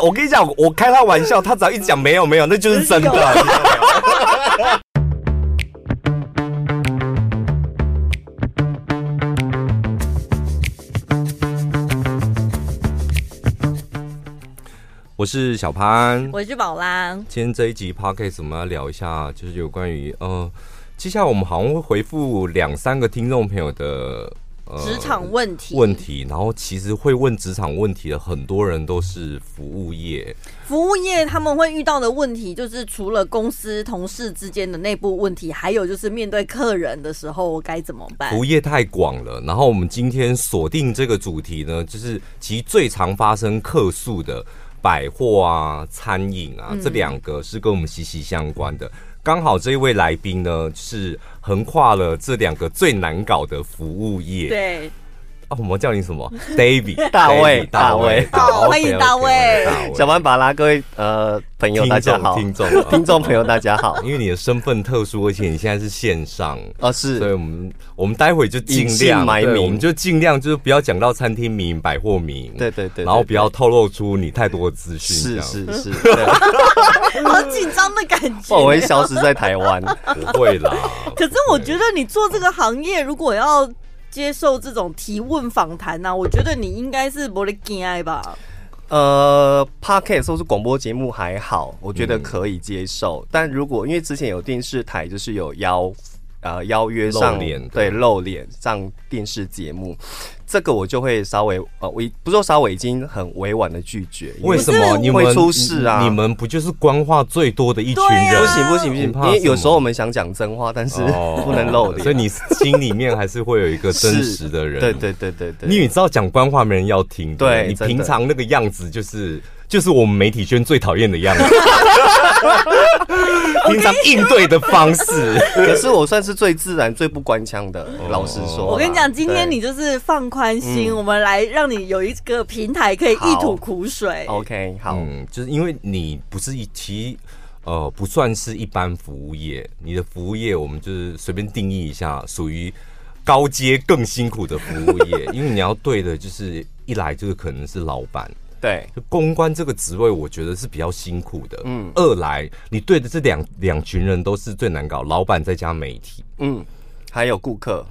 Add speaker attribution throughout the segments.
Speaker 1: 我跟你讲，我开他玩笑，他只要一讲没有没有，那就是真的。你知道吗我是小潘，
Speaker 2: 我是宝拉，
Speaker 1: 今天这一集 podcast 我们要聊一下，就是有关于呃，接下来我们好像会回复两三个听众朋友的呃
Speaker 2: 职场问题，
Speaker 1: 问题，然后其实会问职场问题的很多人都是服务业，
Speaker 2: 服务业他们会遇到的问题，就是除了公司同事之间的内部问题，还有就是面对客人的时候该怎么办
Speaker 1: 服？务业太广了。然后我们今天锁定这个主题呢，就是其实最常发生客诉的百货啊、餐饮啊、
Speaker 3: 嗯
Speaker 1: 这两个是跟我们息息相关的。刚好这一位来宾呢，是横跨了这两个最难搞的服务业。
Speaker 2: 对，
Speaker 1: 啊，我们叫你什 么？David，
Speaker 3: 大卫
Speaker 1: David，大卫，
Speaker 2: 大卫
Speaker 1: 好
Speaker 2: 欢迎
Speaker 1: OK，OK，
Speaker 2: 大卫
Speaker 1: 大卫
Speaker 3: 小班巴拉，各位呃朋友，
Speaker 1: 听
Speaker 3: 大家
Speaker 1: 众，
Speaker 3: 好，
Speaker 1: 听众，啊
Speaker 3: 听众朋友，大家 好。
Speaker 1: 因为你的身份特殊，而且你现在是线上，
Speaker 3: 哦，
Speaker 1: 所以
Speaker 3: 是
Speaker 1: 我们我们待会就尽
Speaker 3: 隐
Speaker 1: 量
Speaker 3: 姓埋
Speaker 1: 对
Speaker 3: 名
Speaker 1: 我们就尽量就是不要讲到餐厅名、百货名，
Speaker 3: 对对对
Speaker 1: 然后
Speaker 3: 对
Speaker 1: 不要透露出你太多的资讯，这
Speaker 3: 是
Speaker 1: 样
Speaker 3: 是是， 对
Speaker 2: 好紧张的感觉。
Speaker 3: 我会消失在台湾。
Speaker 1: 不会 啦。
Speaker 2: 可是我觉得你做这个行业，如果要接受这种提问访谈啊呐，我觉得你应该是不会惊爱吧？
Speaker 3: 呃 p o d c a s t 或是广播节目还好，我觉得
Speaker 1: 嗯
Speaker 3: 可以接受。但如果因为之前有电视台就是有邀呃邀约上
Speaker 1: 露脸的
Speaker 3: 对露脸上电视节目，这个我就会稍微呃，我已不是说稍微已经很委婉的拒绝，因
Speaker 1: 为什么你们
Speaker 3: 会出事啊
Speaker 1: 你你们不就是官话最多的一群
Speaker 2: 对
Speaker 1: 人？
Speaker 2: 啊
Speaker 3: 不行不行不行
Speaker 1: 你怕，
Speaker 3: 因为
Speaker 1: 什么
Speaker 3: 有时候我们想讲真话，但是 不能露脸。啊
Speaker 1: 所以你心里面还是会有一个 真实的人。
Speaker 3: 对对对对对，
Speaker 1: 你也知道讲官话没人要听，不
Speaker 3: 对
Speaker 1: 你
Speaker 3: 真的
Speaker 1: 平常那个样子就是就是我们媒体圈最讨厌的 样子，平常应对的方式。
Speaker 3: 可是我算是最自然、最不官腔的，
Speaker 1: 哦
Speaker 3: 老实说啦。
Speaker 2: 我跟你讲，今天你
Speaker 3: 对
Speaker 2: 就是放宽心，我们来让你有一个平台可以一吐
Speaker 3: 好
Speaker 2: 苦水。
Speaker 3: OK 好，
Speaker 1: 嗯，就是因为你不是一其呃不算是一般服务业，你的服务业我们就是随便定义一下，属于高阶更辛苦的服务业，因为你要对的就是一来就是可能是老板，
Speaker 3: 对
Speaker 1: 就公关这个职位，我觉得是比较辛苦的。嗯，二来你对的这两两群人都是最难搞，老板再加媒体，
Speaker 3: 嗯，还有顾客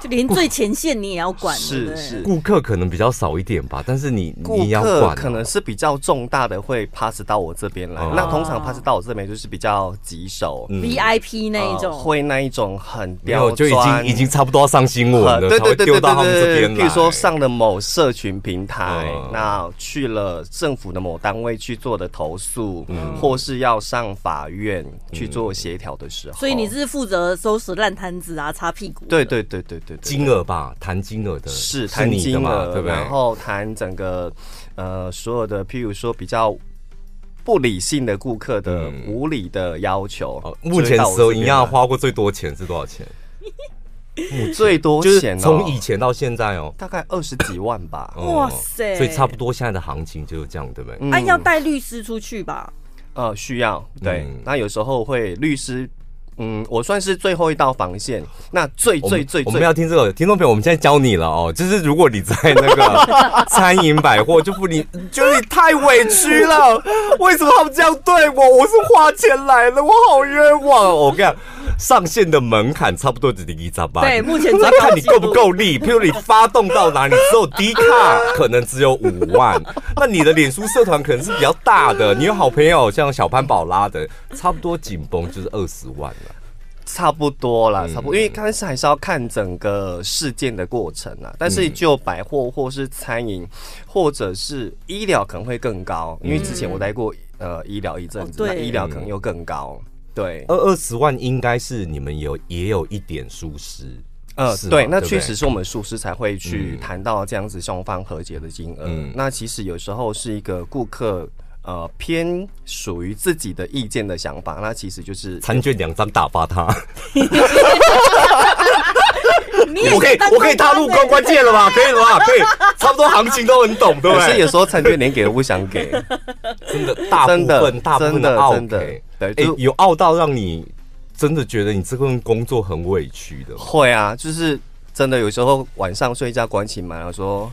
Speaker 2: 就连最前线你也要管，对不
Speaker 3: 是
Speaker 2: 对
Speaker 3: 是。
Speaker 1: 顾客可能比较少一点吧，但是你
Speaker 3: 顾
Speaker 1: 你也要管
Speaker 3: 客
Speaker 1: 啊、
Speaker 3: 可能是比较重大的会 pass 到我这边来，
Speaker 1: 哦嗯
Speaker 3: 那通常 pass 到我这边就是比较棘手，
Speaker 2: VIP 那一
Speaker 3: 呃
Speaker 2: 种，
Speaker 3: 会那一种很
Speaker 1: 没有
Speaker 3: 刁
Speaker 1: 就已经
Speaker 3: 钻，
Speaker 1: 已经差不多要上新闻了，
Speaker 3: 呃对对
Speaker 1: 才会
Speaker 3: 对
Speaker 1: 丢
Speaker 3: 对对
Speaker 1: 到他们这
Speaker 3: 对
Speaker 1: 边
Speaker 3: 对，
Speaker 1: 来。
Speaker 3: 比如说上了某社群平台
Speaker 1: 嗯，
Speaker 3: 那去了政府的某单位去做的投诉，
Speaker 1: 嗯
Speaker 3: 或是要上法院去做协调的时候，
Speaker 2: 所以你是负责收拾烂摊子啊、擦屁股。
Speaker 3: 对，对对对对对，
Speaker 1: 金额吧，谈金额的
Speaker 3: 是
Speaker 1: 是
Speaker 3: 谈
Speaker 1: 你的
Speaker 3: 金
Speaker 1: 嘛，
Speaker 3: 额，
Speaker 1: 对不对？
Speaker 3: 然后谈整个呃所有的，譬如说比较不理性的顾客的、
Speaker 1: 嗯
Speaker 3: 无理的要求。
Speaker 1: 哦目前蛇营要花过最多钱是多少钱？
Speaker 3: 最多
Speaker 1: 就
Speaker 3: 钱
Speaker 1: 是
Speaker 3: 哦，
Speaker 1: 从以前到现在哦。
Speaker 3: 大概二十几万吧。
Speaker 1: 嗯
Speaker 2: 哇塞
Speaker 1: 所以差不多现在的行情就是这样，对不
Speaker 3: 嗯
Speaker 1: 对？
Speaker 2: 啊，要带律师出去 吧？
Speaker 3: 呃，需要对、
Speaker 1: 嗯
Speaker 3: 那有时候会律师，嗯，我算是最后一道防线。那最
Speaker 1: 我们
Speaker 3: 最最
Speaker 1: 我们
Speaker 3: 最
Speaker 1: 要听这个，听众朋友，我们现在教你了哦， 就是如果你在那个餐饮百货，就不你，就是你太委屈了，为什么他们这样对我？我是花钱来的，我好冤枉哦！我跟你讲，上线的门槛差不多只是一扎八，
Speaker 2: 对，目前最
Speaker 1: 那
Speaker 2: 高
Speaker 1: 看你
Speaker 2: 纪录
Speaker 1: 够不够力，譬如你发动到哪里，只有低卡可能只有五万， 那你的脸书社团可能是比较大的，你有好朋友像小潘宝拉的，差不多紧绷就是二十万了。
Speaker 3: 差不多
Speaker 1: 嗯
Speaker 3: 啦，差不多，因为刚开始还是要看整个事件的过程啦。
Speaker 1: 嗯
Speaker 3: 但是就百货或是餐饮，或者是医疗可能会更高，因为之前我待过呃医疗一阵子，
Speaker 2: 哦
Speaker 3: 那
Speaker 2: 对
Speaker 3: 医疗可能又更高。对，
Speaker 1: 二二十万应该是你们有也有一点疏失，
Speaker 3: 呃
Speaker 1: 是，吗哦
Speaker 3: 对，那
Speaker 1: 不
Speaker 3: 确实是我们术师才会去谈到这样子双方和解的金额。
Speaker 1: 嗯
Speaker 3: 那其实有时候是一个顾客呃偏属于自己的意见的想法，那其实就是
Speaker 1: 餐券两张打发他。
Speaker 2: 你也
Speaker 1: 我可以
Speaker 2: 当
Speaker 1: 我可以踏入公关界了吧？可以了吧？可以，差不多行情都很懂，对不
Speaker 3: 可是
Speaker 1: 对？
Speaker 3: 有时候餐券连给都不想给。
Speaker 1: 真的， 大部
Speaker 3: 真
Speaker 1: 分
Speaker 3: 的
Speaker 1: 大部分
Speaker 3: 真的
Speaker 1: 傲
Speaker 3: 真的
Speaker 1: 给
Speaker 3: 对
Speaker 1: 哎
Speaker 3: 就
Speaker 1: 有傲到让你真的觉得你这份工作很委屈的吗。
Speaker 3: 会啊，就是真的有时候晚上睡觉关起门来说，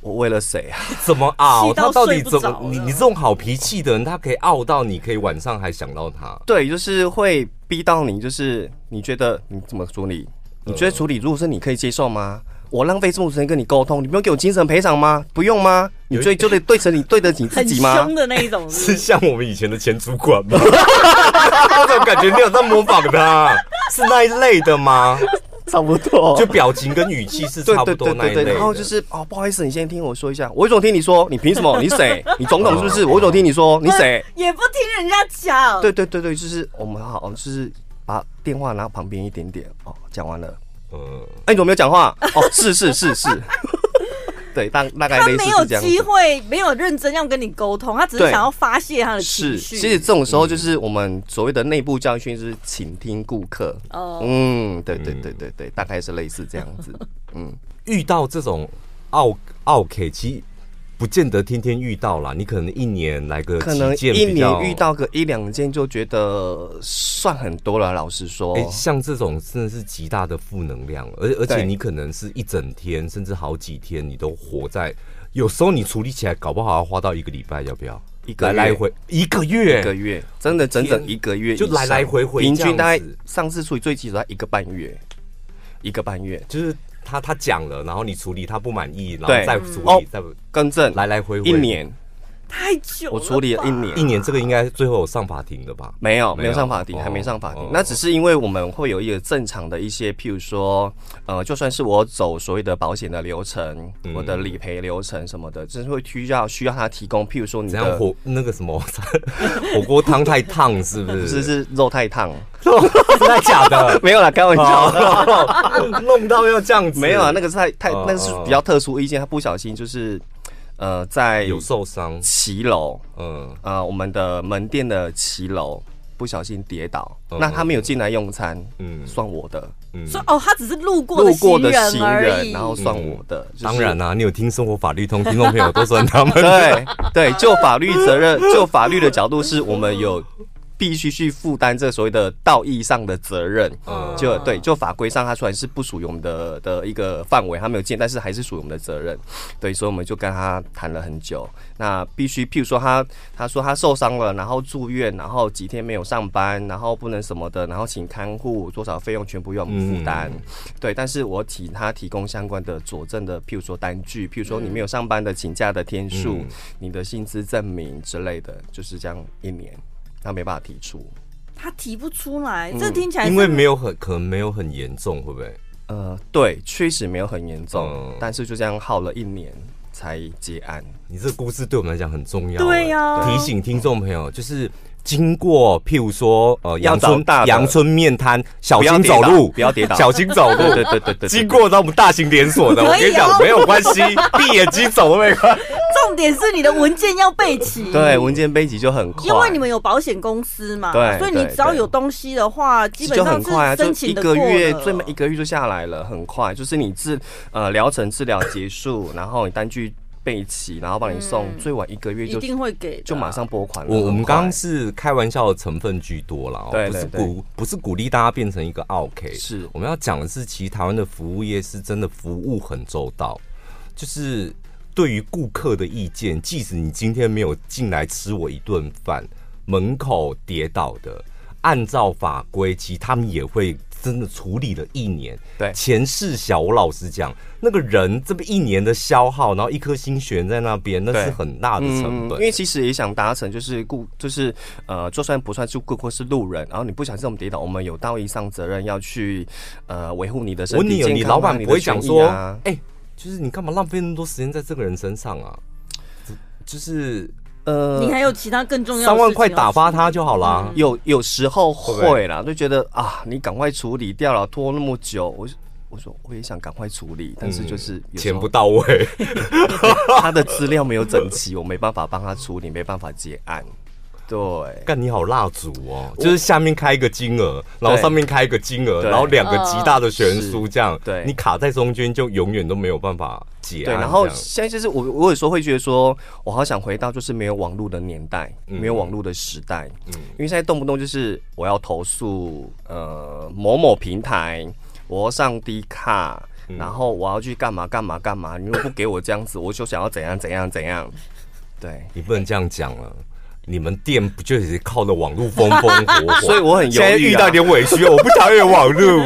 Speaker 3: 我为了谁啊？
Speaker 1: 怎么熬？
Speaker 2: 气到
Speaker 1: 他到底
Speaker 2: 睡不
Speaker 1: 怎
Speaker 2: 着
Speaker 1: 么？你
Speaker 2: 了
Speaker 1: 你这种好脾气的人，他可以傲到你可以晚上还想到他。
Speaker 3: 对，就是会逼到你，就是你觉得你怎么处理？你
Speaker 1: 呃
Speaker 3: 觉得处理，如果是你可以接受吗？我浪费这么多时间跟你沟通，你不用给我精神赔偿吗？不用吗？你
Speaker 1: 有一
Speaker 3: 最就得对着你对得起自
Speaker 2: 很
Speaker 3: 己吗
Speaker 2: 凶？的那一 种是
Speaker 1: 是像我们以前的前主管吗？ 我怎么感觉你有在模仿他？是那一类的吗？
Speaker 3: 差不多
Speaker 1: 就表情跟语气是
Speaker 3: 对
Speaker 1: 差不
Speaker 3: 对
Speaker 1: 多
Speaker 3: 对
Speaker 1: 那一
Speaker 3: 对
Speaker 1: 类
Speaker 3: 对，
Speaker 1: 的。
Speaker 3: 然后就是哦，不好意思，你先听我说一下。我一种听你说，你凭什么？你谁？你总统是不是？我一种听你说，你
Speaker 2: 不是
Speaker 3: 谁？
Speaker 2: 也不听人家讲。
Speaker 3: 对，对对对，就是我们好，就是把电话拿旁边一点点。哦，讲完了。
Speaker 1: 嗯，
Speaker 3: 哎、你怎么没有讲话？哦，是是是 是。对，大大概
Speaker 2: 他
Speaker 3: 类似
Speaker 2: 没
Speaker 3: 是
Speaker 2: 有
Speaker 3: 这样
Speaker 2: 机
Speaker 3: 子。
Speaker 2: 会，没有认真要跟你沟通，他只是
Speaker 3: 对
Speaker 2: 想要发泄他的情
Speaker 3: 是，
Speaker 2: 绪。
Speaker 3: 其实这种时候就是我们所谓的内部教训，就是倾听顾客。
Speaker 2: 哦，
Speaker 3: 嗯，对对对对对，大概是类似这样 子。嗯，
Speaker 1: 遇到这种傲傲 K，其实不见得天天遇到啦，你可能一年来个
Speaker 3: 可能
Speaker 1: 几件
Speaker 3: 一
Speaker 1: 比较
Speaker 3: 年遇。到个一两件就觉得算很多了。老实说，
Speaker 1: 哎、像这种真的是极大的负能量，而而且
Speaker 3: 对
Speaker 1: 你可能是一整天，甚至好几天，你都活在。有时候你处理起来，搞不好要花到一个礼拜，要不要？
Speaker 3: 一个
Speaker 1: 来
Speaker 3: 月
Speaker 1: 来回一个月，
Speaker 3: 一个月，真的整整
Speaker 1: 天
Speaker 3: 一个月以
Speaker 1: 就
Speaker 3: 上，
Speaker 1: 来来回回
Speaker 3: 平
Speaker 1: 这样
Speaker 3: 均大概
Speaker 1: 子
Speaker 3: 上次处理最起码一个半月，一个半月
Speaker 1: 就是他他讲了，然后你处理他不满意，然后
Speaker 3: 对
Speaker 1: 再处理，
Speaker 3: 哦
Speaker 1: 再
Speaker 3: 更正
Speaker 1: 来来回回
Speaker 3: 一，年，
Speaker 2: 太久了吧。
Speaker 3: 我处理了一年
Speaker 1: 一。年这个应该最后有上法庭的吧？
Speaker 3: 没有，
Speaker 1: 没
Speaker 3: 没有
Speaker 1: 有
Speaker 3: 上法庭，
Speaker 1: 哦
Speaker 3: 还没上法庭
Speaker 1: 哦。
Speaker 3: 那只是因为我们会有一个正常的一些，譬如说，呃，就算是我走所谓的保险的流程，
Speaker 1: 嗯
Speaker 3: 我的理赔流程什么的，就是会需要需要他提供，譬如说你
Speaker 1: 怎样
Speaker 3: 的
Speaker 1: 火那个什么火锅汤太烫是不是？
Speaker 3: 嗯 是是肉 太烫，
Speaker 1: 真的假 的？
Speaker 3: 没有啦，开玩笑。
Speaker 1: 哦弄到要这样子？
Speaker 3: 没有啊，那个是太太，
Speaker 1: 哦
Speaker 3: 那个是
Speaker 1: 哦
Speaker 3: 比较特殊意见，他不小心就是，呃，在
Speaker 1: 哎有受伤，
Speaker 3: 骑楼，
Speaker 1: 嗯，
Speaker 3: 呃，我们的门店的骑楼不小心跌倒，
Speaker 1: 嗯
Speaker 3: 那他没有进来用餐，
Speaker 1: 嗯
Speaker 3: 嗯，算我的，
Speaker 2: 说哦，他只是路过
Speaker 3: 路过的
Speaker 2: 行
Speaker 3: 行
Speaker 2: 而已。
Speaker 3: 人，然后算我的，就是
Speaker 1: 嗯当然啦、啊你有听生活法律通听众朋友都说他们
Speaker 3: 对 对，就法律责任，就法律的角度，是我们有必须去负担这所谓的道义上的责任。
Speaker 1: 嗯
Speaker 3: 就对，就法规上，它虽然是不属于我们的的一个范围，它没有建，但是还是属于我们的责任。对，所以我们就跟他谈了很久。那必须，譬如说他他说他受伤了，然后住院，然后几天没有上班，然后不能什么的，然后请看护，多少费用全部由我们负担。
Speaker 1: 嗯
Speaker 3: 对，但是我请他提供相关的佐证的，譬如说单据，譬如说你没有上班的请假的天数，
Speaker 1: 嗯
Speaker 3: 你的薪资证明之类的，就是这样一年，他没办法提出。
Speaker 2: 他提不出
Speaker 3: 嗯
Speaker 2: 来，这听起来是
Speaker 1: 因为没有很可能没有很严重，会不会？
Speaker 3: 呃，对，确实没有很严重，
Speaker 1: 嗯
Speaker 3: 但是就这样耗了一年才结案。
Speaker 1: 你这个故事对我们来讲很重要。欸
Speaker 2: 对呀
Speaker 1: 提醒听众朋友，就是经过譬如说呃
Speaker 3: 要
Speaker 1: 阳
Speaker 3: 找
Speaker 1: 春
Speaker 3: 大的
Speaker 1: 阳春面摊，小
Speaker 3: 不要
Speaker 1: 心
Speaker 3: 跌
Speaker 1: 走
Speaker 3: 倒
Speaker 1: 路，
Speaker 3: 不要跌 倒
Speaker 1: 小心走
Speaker 3: 对
Speaker 1: 路。
Speaker 3: 对对对对，
Speaker 1: 经过到我们大型连锁的，我
Speaker 2: 可以哦
Speaker 1: 跟你讲没有关系，闭眼睛走都没关系。
Speaker 2: 重点是你的文件要备齐。
Speaker 3: 对文件背脊就很快，
Speaker 2: 因为你们有保险公司嘛，
Speaker 3: 对
Speaker 2: 所以你
Speaker 3: 对
Speaker 2: 只要
Speaker 3: 对
Speaker 2: 有东西的话，基本
Speaker 3: 就
Speaker 2: 上
Speaker 3: 很快
Speaker 2: 是
Speaker 3: 啊，就
Speaker 2: 申
Speaker 3: 一
Speaker 2: 请的
Speaker 3: 个
Speaker 2: 过
Speaker 3: 月
Speaker 2: 了
Speaker 3: 最慢一个月就下来了，很快。就是你治呃疗程治疗结束，然后你单据备齐，然后帮你送，最晚一个月
Speaker 2: 一
Speaker 3: 就
Speaker 2: 定会给的，
Speaker 3: 就马上拨款了。
Speaker 1: 啊我我们
Speaker 3: 很快
Speaker 1: 刚刚是开玩笑的成分居多啦，哦
Speaker 3: 对
Speaker 1: 不是
Speaker 3: 对对
Speaker 1: 鼓不是鼓励大家变成一个 OK，
Speaker 3: 是
Speaker 1: 我们要讲的是，其实台湾的服务业是真的服务很周到，就是对于顾客的意见，即使你今天没有进来吃我一顿饭，门口跌倒的，按照法规，其实他们也会真的处理了一年。
Speaker 3: 对
Speaker 1: 前世小，我老实讲，那个人这么一年的消耗，然后一颗心悬在那边，那
Speaker 3: 对
Speaker 1: 是很大的成
Speaker 3: 嗯因
Speaker 1: 本。
Speaker 3: 为其实也想达成，就是顾，就是呃，就算不算是顾客或是路人，然后你不小心我们跌倒，我们有道义上责任要去呃维护你的身
Speaker 1: 我问
Speaker 3: 体
Speaker 1: 你有，
Speaker 3: 健康啊、
Speaker 1: 你老板
Speaker 3: 你
Speaker 1: 不
Speaker 3: 的
Speaker 1: 会
Speaker 3: 权
Speaker 1: 讲
Speaker 3: 益
Speaker 1: 说，哎、
Speaker 3: 啊
Speaker 1: 就是你干嘛浪费那么多时间在这个人身上啊？就是
Speaker 3: 呃，
Speaker 2: 你还有其他更重
Speaker 3: 啊
Speaker 2: 要的
Speaker 1: 三万块
Speaker 2: 事情啊要
Speaker 1: 打发
Speaker 2: 处
Speaker 1: 他就好啦。
Speaker 3: 有有时候
Speaker 1: 会不
Speaker 3: 会啦，就觉得啊，你赶快处理掉了，拖那么久，我就我说我也想赶快处理，但是就是
Speaker 1: 嗯
Speaker 3: 有时
Speaker 1: 钱
Speaker 3: 候
Speaker 1: 不到位，
Speaker 3: 他的资料没有整齐，我没办法帮他处理，没办法结案。对，
Speaker 1: 干你好蜡烛哦，就是下面开一个金额，然后上面开一个金额，
Speaker 3: 对哦
Speaker 1: 然后两个极大的悬殊，这样，
Speaker 3: 对
Speaker 1: 你卡在中间就永远都没有办法解
Speaker 3: 对，
Speaker 1: 案。
Speaker 3: 然后
Speaker 1: 这样
Speaker 3: 现在就是我，我有时候会觉得说，我好想回到就是没有网络的年代，没
Speaker 1: 嗯
Speaker 3: 有网络的时代，因为现在动不动就是我要投诉呃某某平台，我要上低卡，
Speaker 1: 嗯
Speaker 3: 然后我要去干嘛干嘛干嘛，你如果不给我这样子，我就想要怎样怎样怎样。对，
Speaker 1: 你不能这样讲了。你们店不就是靠着网络风风火火？
Speaker 3: 所以我很犹豫啊
Speaker 1: 现在遇到点委屈，我不讨厌网 络。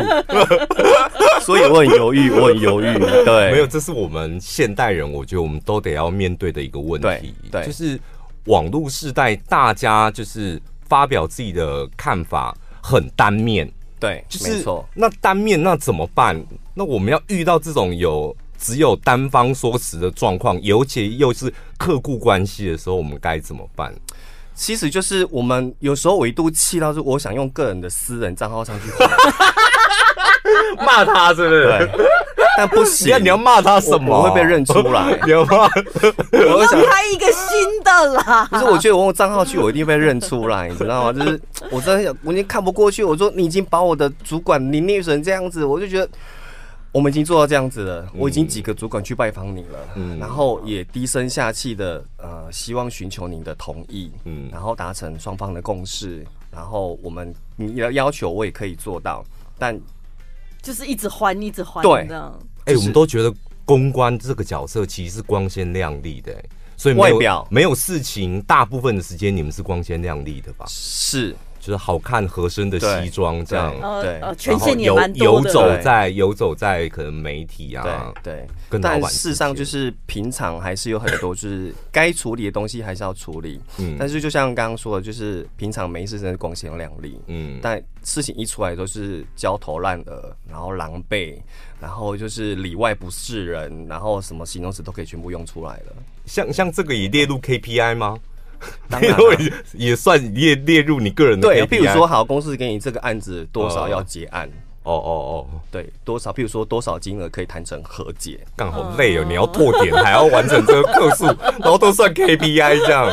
Speaker 3: 所以我很犹豫，我很犹豫。对，
Speaker 1: 没有，这是我们现代人，我觉得我们都得要面对的一个问题，
Speaker 3: 对对
Speaker 1: 就是网络时代，大家就是发表自己的看法很单面，
Speaker 3: 对，
Speaker 1: 就是
Speaker 3: 没错，
Speaker 1: 那单面那怎么办？那我们要遇到这种有只有单方说辞的状况，尤其又是客户关系的时候，我们该怎么办？
Speaker 3: 其实就是我们有时候我一度气到，是我想用个人的私人账号上去回，
Speaker 1: 骂他是不
Speaker 3: 对
Speaker 1: 是？，
Speaker 3: 但不
Speaker 1: 你
Speaker 3: 行
Speaker 1: 要，你要骂他什么？
Speaker 3: 我我会被认出 来
Speaker 1: 你要 骂？
Speaker 3: 我就
Speaker 2: 要
Speaker 3: 想
Speaker 2: 开一个新的啦。
Speaker 3: 可是我觉得我用账号去，我一定被认出来，你 知道吗？就是我真的想，我已经看不过去。我说你已经把我的主管凌虐成这样子，我就觉得我们已经做到这样子了。我已
Speaker 1: 嗯
Speaker 3: 经几个主管去拜访你了，然后也低声下气的呃，希望寻求您的同意，
Speaker 1: 嗯
Speaker 3: 然后达成双方的共识，然后我们你的要求我也可以做到，但
Speaker 2: 就是一直还，一直还，
Speaker 3: 对
Speaker 2: 这样。
Speaker 1: 哎、我们都觉得公关这个角色其实是光鲜亮丽的、哎所以没有
Speaker 3: 外表
Speaker 1: 没有事情，大部分的时间你们是光鲜亮丽的吧？
Speaker 3: 是
Speaker 1: 就是好看合身的西装这样
Speaker 3: 对，
Speaker 2: 呃
Speaker 3: 对
Speaker 2: 呃，权
Speaker 1: 然后
Speaker 2: 限也
Speaker 1: 游
Speaker 2: 蛮多
Speaker 1: 游
Speaker 2: 的。
Speaker 1: 走在游走在可能媒体
Speaker 3: 对
Speaker 1: 啊，
Speaker 3: 对。
Speaker 1: 跟老
Speaker 3: 但
Speaker 1: 板
Speaker 3: 事实上，就是是平常还是有很多，就是该处理的东西还是要处理。
Speaker 1: 嗯
Speaker 3: 但是就像刚刚说的，就是平常没事真的光鲜亮丽，
Speaker 1: 嗯，
Speaker 3: 但事情一出来都是焦头烂额，然后狼狈，然后就是里外不是人，然后什么形容词都可以全部用出来了。
Speaker 1: 像像这个也列入 KPI 吗？
Speaker 3: 当然啊
Speaker 1: 也算列列入你个人的 KPI。
Speaker 3: 对，譬如说，好，公司给你这个案子多少要结案，
Speaker 1: 哦哦哦，
Speaker 3: 对，多少，譬如说多少金额可以谈成和解，
Speaker 1: 干好累哦，你要拓点，还要完成这个客数，然后都算 KPI 这样。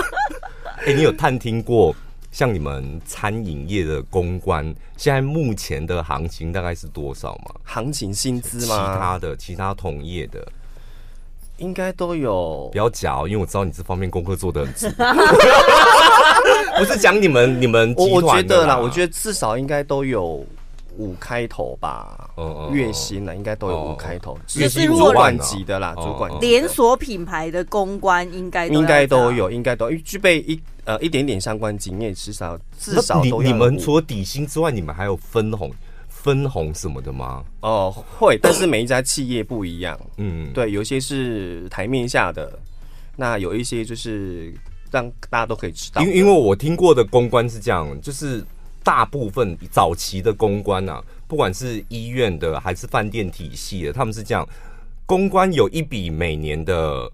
Speaker 1: 哎、你有探听过像你们餐饮业的公关，现在目前的行情大概是多少吗？
Speaker 3: 行情薪资
Speaker 1: 其
Speaker 3: 吗？
Speaker 1: 他的其他同业的，
Speaker 3: 应该都有
Speaker 1: 不要假哦，因为我知道你这方面功课做的很 足。不是讲你们你们
Speaker 3: 我
Speaker 1: 集
Speaker 3: 我觉
Speaker 1: 团的
Speaker 3: 得啦，我
Speaker 1: 得
Speaker 3: 觉得至少应该都有五开头吧，
Speaker 1: 嗯嗯
Speaker 3: 月薪啊呢应该都有五开头，
Speaker 2: 就
Speaker 3: 主
Speaker 2: 是如果
Speaker 3: 主管级的啦，
Speaker 1: 哦
Speaker 3: 主管级的
Speaker 2: 连锁品牌的公关应该
Speaker 3: 应该
Speaker 2: 都要这
Speaker 3: 都
Speaker 2: 样。
Speaker 3: 有，应该都有因为具备一呃一点点相关经验，至少至少
Speaker 1: 你
Speaker 3: 都
Speaker 1: 你
Speaker 3: 要
Speaker 1: 们
Speaker 3: 有
Speaker 1: 除了底薪之外，你们还有分红分红什么的吗？
Speaker 3: 哦会，但是每一家企业不一样，
Speaker 1: 嗯，
Speaker 3: 对，有一些是台面下的，那有一些就是让大家都可以知道的，
Speaker 1: 因因为我听过的公关是这样，就是大部分早期的公关啊，不管是医院的还是饭店体系的，他们是这样，公关有一笔每年的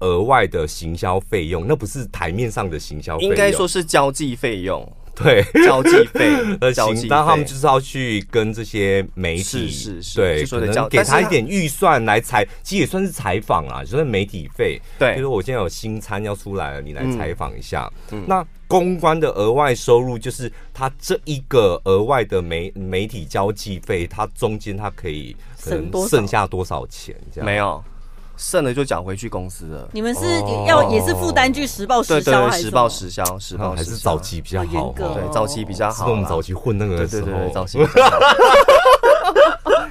Speaker 1: 额外的行销费用，那不是台面上的行销费用，
Speaker 3: 应该说是交际 费用，
Speaker 1: 对。
Speaker 3: 交际费
Speaker 1: 呃，，
Speaker 3: 交际
Speaker 1: 行，
Speaker 3: 费，
Speaker 1: 但他们就是要去跟这些媒体，
Speaker 3: 是是是
Speaker 1: 对，
Speaker 3: 就说
Speaker 1: 可
Speaker 3: 的
Speaker 1: 能
Speaker 3: 叫
Speaker 1: 给
Speaker 3: 但是
Speaker 1: 他一
Speaker 3: 他
Speaker 1: 点预算来采，其实也算是采访啦，就是媒体费。
Speaker 3: 对嗯
Speaker 1: 就是我现在有新餐要出来了，你来采访一下。那公关的额外收入就是他这一个额外的媒媒体交际费，他中间他可以可
Speaker 2: 省
Speaker 1: 能
Speaker 2: 多少
Speaker 1: 剩下多少钱这样？
Speaker 3: 没有剩了就缴回去公司了。
Speaker 2: 你们是
Speaker 1: 哦
Speaker 2: 要也是负单据实报
Speaker 3: 对
Speaker 2: 实
Speaker 3: 对
Speaker 2: 销还是
Speaker 3: 对，时
Speaker 2: 什
Speaker 3: 报
Speaker 2: 么？
Speaker 3: 时销，时
Speaker 1: 那
Speaker 3: 报
Speaker 1: 还
Speaker 3: 时
Speaker 1: 是
Speaker 3: 销
Speaker 1: 早期比较
Speaker 2: 好
Speaker 1: 好
Speaker 2: 严格
Speaker 1: 哦。
Speaker 3: 对早期比较
Speaker 1: 是
Speaker 3: 好啦，
Speaker 1: 我们早期混那个
Speaker 3: 对
Speaker 1: 时
Speaker 3: 对
Speaker 1: 候，
Speaker 3: 对对早 期比较好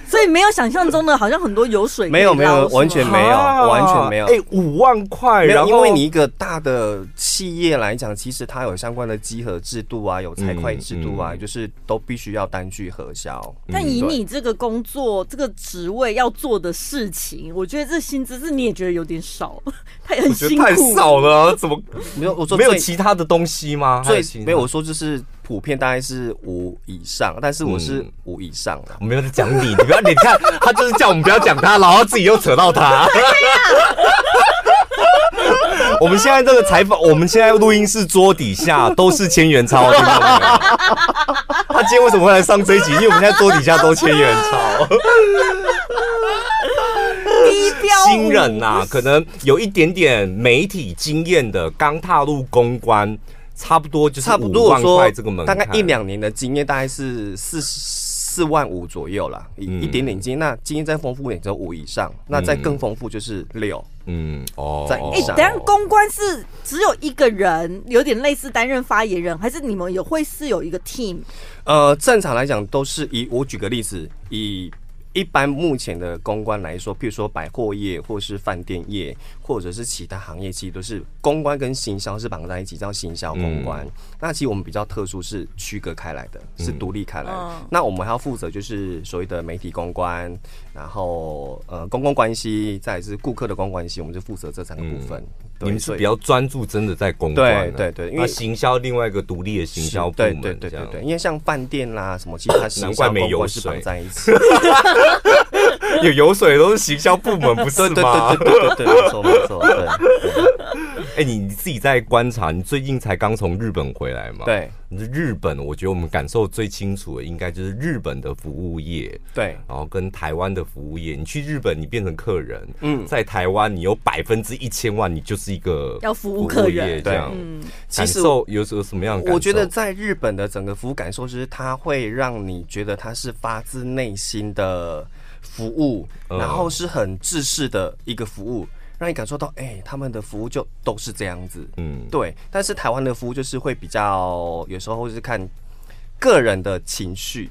Speaker 2: 所以没有想象中的，好像很多油水可以
Speaker 3: 没有没有
Speaker 2: 捞是吗
Speaker 3: 完全没有
Speaker 1: 啊
Speaker 3: 完全没有
Speaker 1: 哎、五万块，
Speaker 3: 没
Speaker 1: 然
Speaker 3: 有，
Speaker 1: 后
Speaker 3: 因为你一个大的企业来讲，其实它有相关的稽核制度啊，有财会制度啊，
Speaker 1: 嗯嗯
Speaker 3: 就是都必须要单据核销。
Speaker 1: 嗯
Speaker 2: 但以你这个工作、这个职位要做的事情，我觉得这薪资是你也觉得有点少，太很
Speaker 1: 我觉得
Speaker 2: 辛
Speaker 1: 太
Speaker 2: 苦。
Speaker 1: 少了，怎么
Speaker 3: 没有，我说
Speaker 1: 没有
Speaker 3: 最
Speaker 1: 其他的东西吗？还其
Speaker 3: 最
Speaker 1: 他
Speaker 3: 没有，我，说就是普遍大概是五以上，但是我是五以上的。
Speaker 1: 我没有在讲你，你不要，你看他就是叫我们不要讲他，然后自己又扯到 他。我们现在这个采访，我们现在录音室桌底下都是千元钞，听到没有？他今天为什么会来上这一集？因为我们现在桌底下都千元钞。
Speaker 2: 低标舞
Speaker 1: 新人呐、可能有一点点媒体经验的，刚踏入公关，差不多就是
Speaker 3: 差不
Speaker 1: 五
Speaker 3: 多
Speaker 1: 万
Speaker 3: 说
Speaker 1: 块这个门
Speaker 3: 大
Speaker 1: 槛，
Speaker 3: 概一两年的经验，大概是四四万五左右啦，一
Speaker 1: 嗯
Speaker 3: 一点点经验。那经验再丰富一点，只有五以上，那再更丰富就是六。
Speaker 1: 嗯哦，
Speaker 3: 在
Speaker 1: 哦
Speaker 2: 哎、
Speaker 3: 以上
Speaker 2: 等一下公关是只有一个人，有点类似担任发言人，还是你们有会是有一个 team？
Speaker 3: 呃，正常来讲都是以我举个例子，以一般目前的公关来说，譬如说百货业，或是饭店业，或者是其他行业，其实都是公关跟行销是绑在一起，叫行销公关。
Speaker 1: 嗯
Speaker 3: 那其实我们比较特殊，是区隔开来的，是独立开来的。
Speaker 2: 嗯
Speaker 3: 那我们还要负责就是所谓的媒体公关，然后呃公共关系，再来是顾客的公关关系，我们就负责这三个部分。对
Speaker 1: 嗯你们是
Speaker 3: 所以
Speaker 1: 比较专注真的在公关啊、
Speaker 3: 对对对因为
Speaker 1: 那行销另外一个独立的行
Speaker 3: 是
Speaker 1: 销部
Speaker 3: 对
Speaker 1: 门，
Speaker 3: 对对
Speaker 1: 这
Speaker 3: 对
Speaker 1: 样
Speaker 3: 对，因为像饭店啦什么，其实它行
Speaker 1: 难怪
Speaker 3: 销
Speaker 1: 没
Speaker 3: 公
Speaker 1: 有
Speaker 3: 关是绑
Speaker 1: 水
Speaker 3: 在一起。
Speaker 1: 有油水都是行销部门，不是
Speaker 3: 对对
Speaker 1: 吗？
Speaker 3: 对对对对，没错没错，对对
Speaker 1: 哎、你你自己在观察，你最近才刚从日本回来嘛？，
Speaker 3: 对
Speaker 1: 日本，我觉得我们感受最清楚的应该就是日本的服务业，
Speaker 3: 对
Speaker 1: 然后跟台湾的服务业。你去日本，你变成客人；嗯，在台湾，你有百分之一千万，你就是一个
Speaker 2: 要服务
Speaker 1: 服
Speaker 2: 客人嗯
Speaker 1: 务业这样。
Speaker 3: 其
Speaker 1: 感
Speaker 3: 实
Speaker 1: 受有有什么样的感受？
Speaker 3: 我觉得在日本的整个服务感受，就是它会让你觉得它是发自内心的服务，
Speaker 1: 嗯
Speaker 3: 然后是很制式的一个服务，让你感受到，哎、他们的服务就都是这样子。
Speaker 1: 嗯，
Speaker 3: 对，但是台湾的服务就是会比较，有时候会是看个人的情绪。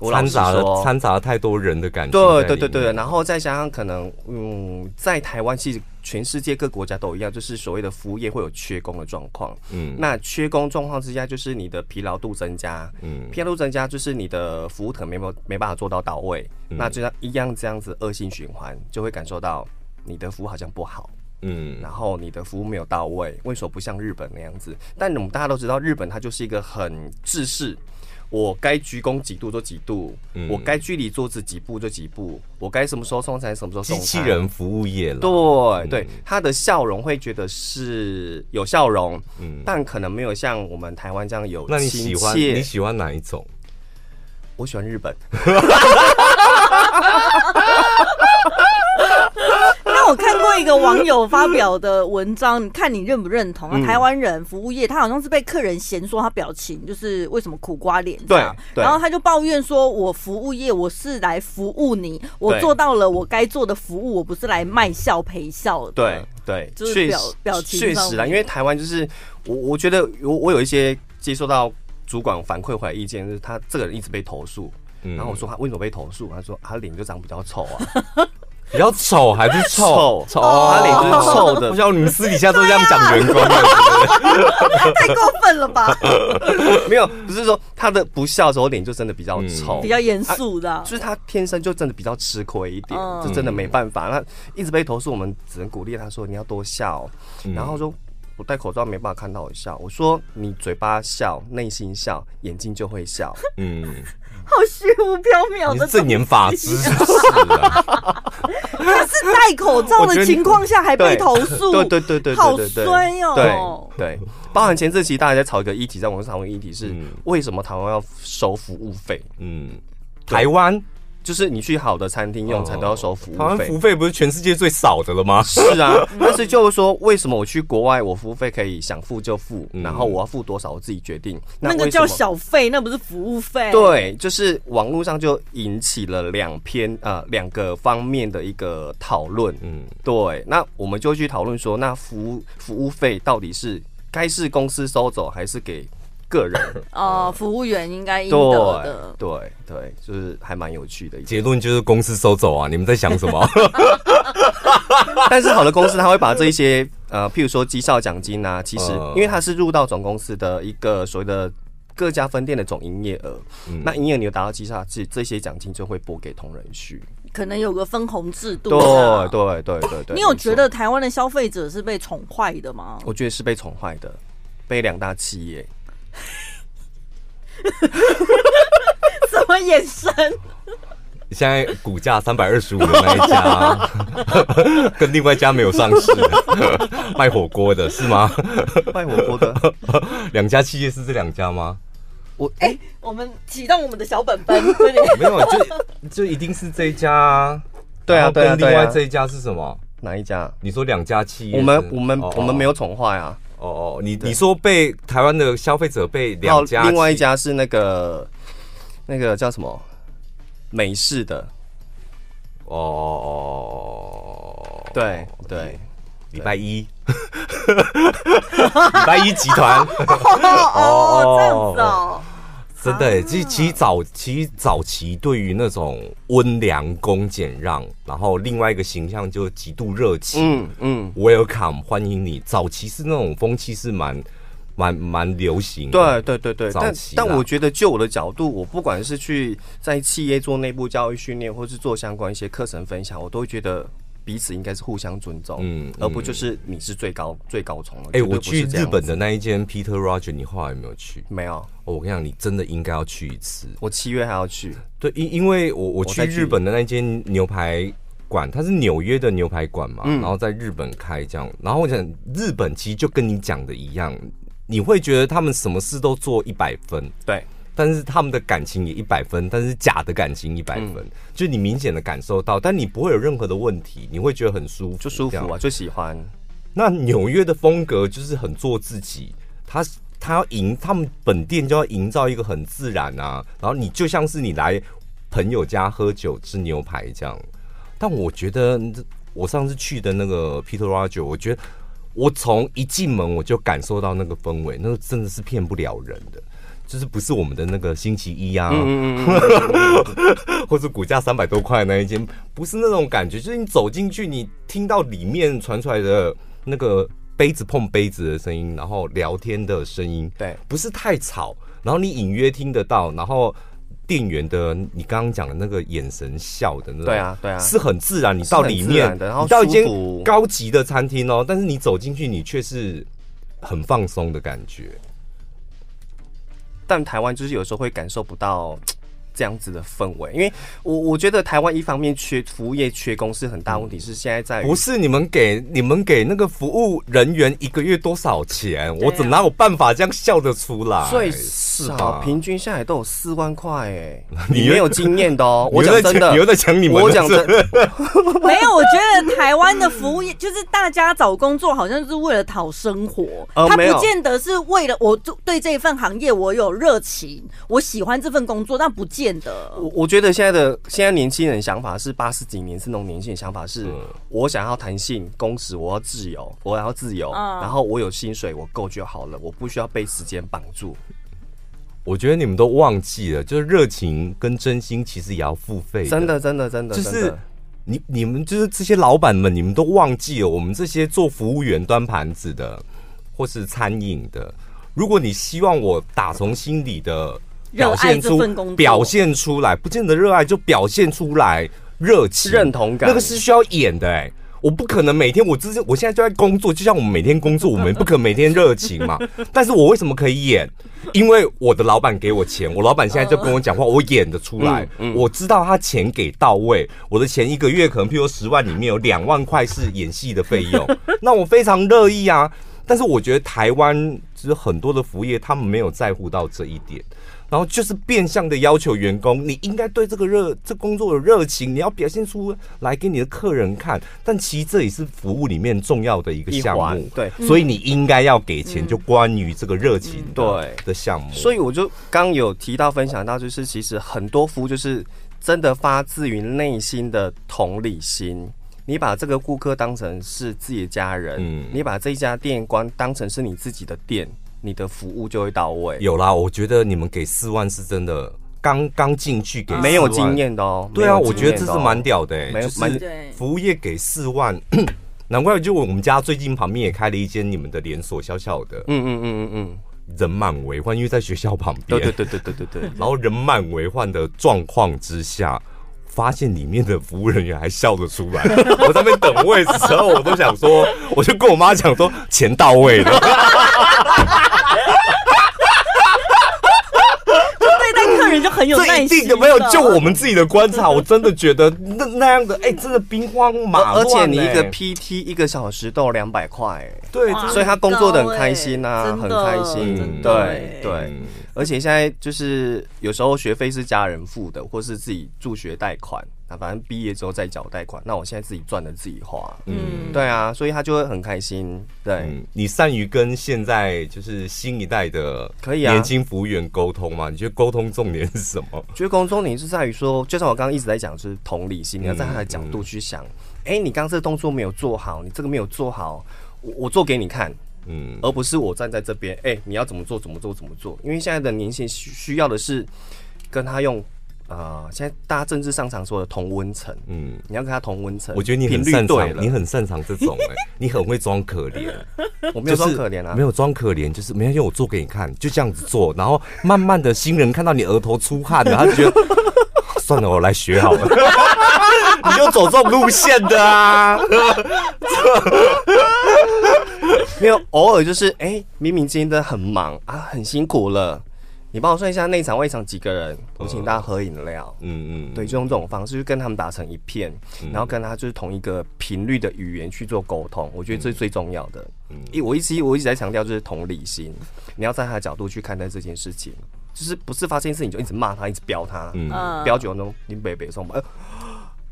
Speaker 3: 我老
Speaker 1: 掺
Speaker 3: 实
Speaker 1: 杂了
Speaker 3: 说
Speaker 1: 掺杂了太多人的感情在
Speaker 3: 对
Speaker 1: 里面。
Speaker 3: 对对对，然后再加上可能，嗯，在台湾其实全世界各国家都一样，就是所谓的服务业会有缺工的状况。
Speaker 1: 嗯
Speaker 3: 嗯，那缺工状况之下，就是你的疲劳度增加，
Speaker 1: 嗯
Speaker 3: 嗯，疲劳度增加就是你的服务可能没有没办法做到到位，
Speaker 1: 嗯
Speaker 3: 那就像一样这样子恶性循环，就会感受到你的服务好像不好。
Speaker 1: 嗯
Speaker 3: 然后你的服务没有到位，为什么不像日本那样子？但我们大家都知道，日本它就是一个很制式，我该鞠躬几度就几度，
Speaker 1: 嗯
Speaker 3: 我该距离桌子几步就几步，我该什么时候送餐什么时候送
Speaker 1: 机
Speaker 3: 餐。
Speaker 1: 器人嗯服务业了。
Speaker 3: 对对，他的笑容会觉得是有笑容，
Speaker 1: 嗯
Speaker 3: 但可能没有像我们台湾这样有
Speaker 1: 那你喜
Speaker 3: 亲
Speaker 1: 欢你
Speaker 3: 切。
Speaker 1: 喜欢哪一种？
Speaker 3: 我喜欢日本，
Speaker 2: 那我看过一个网友发表的文章，你看你认不认
Speaker 3: 嗯
Speaker 2: 同啊？台湾人服务业，他好像是被客人嫌说他表情就是为什么苦瓜脸这样，
Speaker 3: 对对
Speaker 2: 然后他就抱怨说：“我服务业，我是来服务你，我
Speaker 3: 对
Speaker 2: 做到了我该做的服务，我不是来卖笑陪笑的。”
Speaker 3: 对对，
Speaker 2: 嗯就是
Speaker 3: 确
Speaker 2: 表
Speaker 3: 实
Speaker 2: 表情
Speaker 3: 确
Speaker 2: 上
Speaker 3: 实啦，
Speaker 2: 面
Speaker 3: 因为台湾就是我，我觉得我我有一些接收到主管反馈回来意见，就是他这个人一直被投诉。
Speaker 1: 嗯
Speaker 3: 然后我说他为什么被投诉？他说他脸就长比较丑啊，
Speaker 1: 比较丑还是臭？
Speaker 3: 丑他脸就是臭的 啊
Speaker 1: 不像你们私底下都这样讲员工的，
Speaker 2: 啊太过分了 吧？
Speaker 3: 没有，不是说他的不笑的时候脸就真的比较丑，
Speaker 2: 嗯比较严肃的啊、
Speaker 3: 就是他天生就真的比较吃亏一点，
Speaker 2: 嗯
Speaker 3: 这真的没办法。那一直被投诉，我们只能鼓励他说你要多笑，
Speaker 2: 嗯
Speaker 3: 然后说我戴口罩没办法看到我笑，我说你嘴巴笑，内心笑，眼睛就会笑。
Speaker 1: 嗯，
Speaker 2: 好虚无缥缈
Speaker 1: 你
Speaker 2: 的
Speaker 1: 是。正言法师是不是啊？
Speaker 2: 他是戴口罩的情况下还被投诉，
Speaker 3: 对对对对
Speaker 2: 好
Speaker 3: 对对对，
Speaker 2: 衰哦。
Speaker 3: 对对，包含前这期大家在吵一个议题，在网上讨论议题是
Speaker 1: 嗯
Speaker 3: 为什么台湾要收服务费？
Speaker 1: 嗯，台湾
Speaker 3: 就是你去好的餐厅用餐都要收服
Speaker 1: 哦台湾
Speaker 3: 务费
Speaker 1: 服。务费不是全世界最少的了吗？
Speaker 3: 是啊，但是就是说，为什么我去国外，我服务费可以想付就付，
Speaker 1: 嗯
Speaker 3: 然后我要付多少我自己决定。
Speaker 2: 那
Speaker 3: 为
Speaker 2: 个
Speaker 3: 什
Speaker 2: 叫
Speaker 3: 么
Speaker 2: 小费，那不是服务费。，
Speaker 3: 对，就是网络上就引起了两篇呃两个方面的一个讨论。
Speaker 1: 嗯
Speaker 3: 对，那我们就去讨论说，那服务服务费到底是该是公司收走，还是给个人？
Speaker 2: 哦，服务员应 该应得
Speaker 3: 对
Speaker 2: 的。
Speaker 3: 对对，就是还蛮有趣的一件。
Speaker 1: 结论就是公司收走啊！你们在想什么？
Speaker 3: 但是好的公司，它会把这一些 呃，譬如说绩效奖金啊，其实
Speaker 1: 嗯
Speaker 3: 因为它是入到总公司的一个所谓的各家分店的总营业额，
Speaker 1: 嗯
Speaker 3: 那营业额你有达到绩效，这这些奖金就会拨给同仁去。
Speaker 2: 可能有个分红制度。
Speaker 3: 对
Speaker 2: 啊
Speaker 3: 对对对对。
Speaker 2: 你有
Speaker 3: 没错
Speaker 2: 觉？得台湾的消费者是被宠坏的 吗？
Speaker 3: 我觉得是被宠坏的，被两大企业。
Speaker 2: 什么眼神？
Speaker 1: 现在股价三百二十五的那一家，跟另外一家 没有上市， 卖火锅的是吗？
Speaker 3: 卖火锅的，
Speaker 1: 两家企业是这两家吗？
Speaker 3: 我哎、
Speaker 2: 我们启动我们的小本 本，对不对
Speaker 1: 没有，就就一定是这一家啊。
Speaker 3: 对啊
Speaker 1: 然后
Speaker 3: 对啊
Speaker 1: 跟另
Speaker 3: 对啊
Speaker 1: 外这一家是什么？
Speaker 3: 哪一家？
Speaker 1: 你说两家企业是，
Speaker 3: 我们我们
Speaker 1: 哦
Speaker 3: 我们没有宠坏啊，
Speaker 1: 哦哦，你你说被台湾的消费者被两家
Speaker 3: 还有另外一
Speaker 1: 企业
Speaker 3: 家是那个那个叫什么美式的，
Speaker 1: 哦哦哦，哦
Speaker 3: 对对，
Speaker 1: 礼拜一，礼拜一集团，
Speaker 3: 哦
Speaker 2: 哦哦，这样子哦。
Speaker 1: 真的、欸，其实其实早期早期对于那种温良恭俭让，然后另外一个形象就极度热情、
Speaker 3: 嗯嗯，
Speaker 1: ，welcome 欢迎你。早期是那种风气是蛮蛮蛮流行的，
Speaker 3: 对对对对，
Speaker 1: 早
Speaker 3: 但
Speaker 1: 期啦
Speaker 3: 但我觉得就我的角度，我不管是去在企业做内部教育训练，或是做相关一些课程分享，我都会觉得彼此应该是互相尊重，
Speaker 1: 嗯嗯
Speaker 3: 而不就是你是最高最高层了。
Speaker 1: 哎、
Speaker 3: 绝对
Speaker 1: 我
Speaker 3: 不是
Speaker 1: 去
Speaker 3: 这
Speaker 1: 日
Speaker 3: 样
Speaker 1: 本
Speaker 3: 子
Speaker 1: 的那一间 Peter Roger，你后来有没有去？
Speaker 3: 没有，
Speaker 1: 哦，我跟你讲，你真的应该要去一次。
Speaker 3: 我七月还要去，
Speaker 1: 对，因因为我我去
Speaker 3: 再去
Speaker 1: 日本的那间牛排馆，它是纽约的牛排馆嘛，
Speaker 3: 嗯
Speaker 1: 然后在日本开这样，然后我想日本其实就跟你讲的一样，你会觉得他们什么事都做一百分，
Speaker 3: 对，
Speaker 1: 但是他们的感情也一百分，但是假的感情一百分，
Speaker 3: 嗯
Speaker 1: 就你明显的感受到，但你不会有任何的问题，你会觉得很舒服，
Speaker 3: 就舒服
Speaker 1: 这样
Speaker 3: 啊，就喜欢。
Speaker 1: 那纽约的风格就是很做自己，他他要营，他们本店就要营造一个很自然啊，然后你就像是你来朋友家喝酒吃牛排这样。但我觉得我上次去的那个 Peter Roger，我觉得我从一进门我就感受到那个氛围，那个真的是骗不了人的。就是不是我们的那个星期一
Speaker 3: 嗯
Speaker 1: 啊，或是股价三百多块那一间，不是那种感觉，就是你走进去，你听到里面传出来的那个杯子碰杯子的声音，然后聊天的声音，
Speaker 3: 对
Speaker 1: 不是太吵，然后你隐约听得到，然后店员的你刚刚讲的那个眼神笑的那种，
Speaker 3: 对啊对啊
Speaker 1: 是很自然。你到里
Speaker 3: 是很自
Speaker 1: 面
Speaker 3: 然，的然后
Speaker 1: 你到一间
Speaker 3: 舒服
Speaker 1: 高级的餐厅哦，但是你走进去，你却是很放松的感觉。
Speaker 3: 但台湾就是有时候会感受不到这样子的氛围，因为我我觉得台湾一方面缺服务业缺工是很大问题，是现在在
Speaker 1: 嗯
Speaker 3: 于
Speaker 1: 不是你们给你们给那个服务人员一个月多少钱？
Speaker 3: 啊
Speaker 1: 我怎哪有办法这样笑得出来？
Speaker 3: 最
Speaker 1: 哎是
Speaker 3: 少
Speaker 1: 吧
Speaker 3: 平均下来都有四万块哎、
Speaker 1: 你
Speaker 3: 你没有经验的 哦、我
Speaker 1: 你又
Speaker 3: 讲
Speaker 1: 在
Speaker 3: 真的，
Speaker 1: 讲你又在讲你们的
Speaker 3: 我讲真，
Speaker 2: 没有，我觉得台湾的服务业就是大家找工作好像是为了讨生活，
Speaker 3: 呃
Speaker 2: 他
Speaker 3: 没有
Speaker 2: 不见得是为了我就对这一份行业我有热情，我喜欢这份工作，但不见得。
Speaker 3: 我我觉得现在的现在年轻人想法是八十几年是那种年轻人想法是，
Speaker 1: 嗯
Speaker 3: 我想要弹性工时，我要自由，我要自由，
Speaker 2: 嗯
Speaker 3: 然后我有薪水，我够就好了，我不需要被时间绑住。
Speaker 1: 我觉得你们都忘记了，就是热情跟真心其实也要付费。
Speaker 3: 真，的，真的，真的，
Speaker 1: 就
Speaker 3: 真
Speaker 1: 是
Speaker 3: 的
Speaker 1: 你你们就是这些老板们，你们都忘记了，我们这些做服务员、端盘子的，或是餐饮的，如果你希望我打从心底的
Speaker 2: 热
Speaker 1: 表
Speaker 2: 爱
Speaker 1: 现
Speaker 2: 这
Speaker 1: 出
Speaker 2: 份工作
Speaker 1: 表现出来，不见得热爱，就表现出来热情、
Speaker 3: 认同感
Speaker 1: 那个是需要演的哎、我不可能每天我之前我现在就在工作，就像我们每天工作，我们不可能每天热情嘛。 但是我为什么可以演？因为我的老板给我钱，我老板现在就跟我讲话，我演得出来，
Speaker 3: 嗯
Speaker 1: 我知道他钱给到位，我的钱一个月可能譬如十万里面有两万块是演戏的费 用，那我非常乐意啊。但是我觉得台湾就是很多的服务业，他们没有在乎到这一点。然后就是变相的要求员工，你应该对这个热这工作有热情，你要表现出来给你的客人看。但其实这也是服务里面重要的一个
Speaker 3: 一
Speaker 1: 项
Speaker 3: 环
Speaker 1: 目，
Speaker 3: 对。
Speaker 1: 所以你应该要给钱，就关于这个热情的、
Speaker 3: 嗯对
Speaker 1: 的项目。
Speaker 3: 所以我就刚有提到分享到，就是其实很多服务就是真的发自于内心的同理心。你把这个顾客当成是自己的家人，
Speaker 1: 嗯
Speaker 3: 你把这家店关当成是你自己的店，你的服务就会到位。
Speaker 1: 有啦，我觉得你们给四万是真的，刚刚进去给
Speaker 3: 没有
Speaker 1: 4万
Speaker 3: 经。验的哦？
Speaker 1: 对啊，
Speaker 3: 没有
Speaker 1: 我
Speaker 3: 经
Speaker 1: 觉
Speaker 3: 验
Speaker 1: 得这
Speaker 3: 的哦
Speaker 1: 是蛮屌的、欸，
Speaker 3: 没有
Speaker 1: 就是
Speaker 3: 蛮
Speaker 2: 对
Speaker 1: 服务业给四万， 难怪就我们家最近旁边也开了一间你们的连锁小小的，
Speaker 3: 嗯嗯嗯嗯嗯，
Speaker 1: 人满为患，因为在学校旁边
Speaker 3: 对，对对对对对对，
Speaker 1: 然后人满为患的状况之下，发现里面的服务人员还笑得出来。 我在那边等位置的时候，我都想说，我就跟我妈讲说，钱到位 了。
Speaker 2: 对待客人就很有
Speaker 1: 这
Speaker 2: 耐
Speaker 1: 一
Speaker 2: 心
Speaker 1: 定
Speaker 2: 的。
Speaker 1: 有没有？就我们自己的观察，我真的觉得那那样的，哎、真的兵荒 马
Speaker 3: 而
Speaker 1: 乱、
Speaker 3: 且你一个
Speaker 1: 哎
Speaker 3: PT 一个小时都两百块欸，
Speaker 1: 对，
Speaker 2: 哇
Speaker 1: 这
Speaker 3: 所以他工作的很开心
Speaker 2: 高
Speaker 3: 啊，
Speaker 2: 欸
Speaker 3: 很开心，
Speaker 1: 真的欸
Speaker 3: 对
Speaker 2: 嗯
Speaker 3: 对。而且现在就是有时候学费是家人付的，或是自己助学贷款，啊，反正毕业之后再缴贷款。那我现在自己赚的自己花，
Speaker 2: 嗯，
Speaker 3: 对啊，所以他就会很开心，对，
Speaker 1: 嗯，你善于跟现在就是新一代的
Speaker 3: 可以啊
Speaker 1: 年轻服务员沟通吗？你觉得沟通重点是什 么？
Speaker 3: 觉得工作你是在于说，就像我刚刚一直在讲，就是同理心，你要站在
Speaker 1: 嗯
Speaker 3: 他的角度去想，哎、你刚刚这个动作没有做好，你这个没有做好，我我做给你看，
Speaker 1: 嗯，
Speaker 3: 而不是我站在这边，哎、你要怎么做怎么做怎么做？因为现在的年轻人需需要的是跟他用，呃，现在大家政治上常说的同温层，
Speaker 1: 嗯
Speaker 3: 嗯，你要跟他同温层，
Speaker 1: 我觉得你很
Speaker 3: 频率
Speaker 1: 擅
Speaker 3: 对
Speaker 1: 长，你
Speaker 3: 了，
Speaker 1: 很擅长这种 哎、你很会装可怜，
Speaker 3: 我没
Speaker 1: 就
Speaker 3: 有
Speaker 1: 是
Speaker 3: 装可怜啊，
Speaker 1: 没有装可怜，就是没有用我做给你看，就这样子做，然后慢慢的新人看到你额头出汗 了，他就觉得啊算了，我来学好了，
Speaker 3: 你就走这种路线的 啊。没有，偶尔就是哎、明明今天真的很忙啊，很辛苦了，你帮我算一下那一场外场几个人，我请大家喝饮料。
Speaker 1: 嗯嗯，嗯
Speaker 3: 对，就用这种方式去跟他们打成一片，然后跟他就是同一个频率的语言去做沟通，我觉得这是
Speaker 1: 嗯
Speaker 3: 最重要的。一我一直我一直在强调就是同理心，你要站在他的角度去看待这件事情，就是不是发生一次你就一直骂他，一直飙他，
Speaker 1: 嗯
Speaker 2: 嗯
Speaker 3: 标九中林北北送吧。呃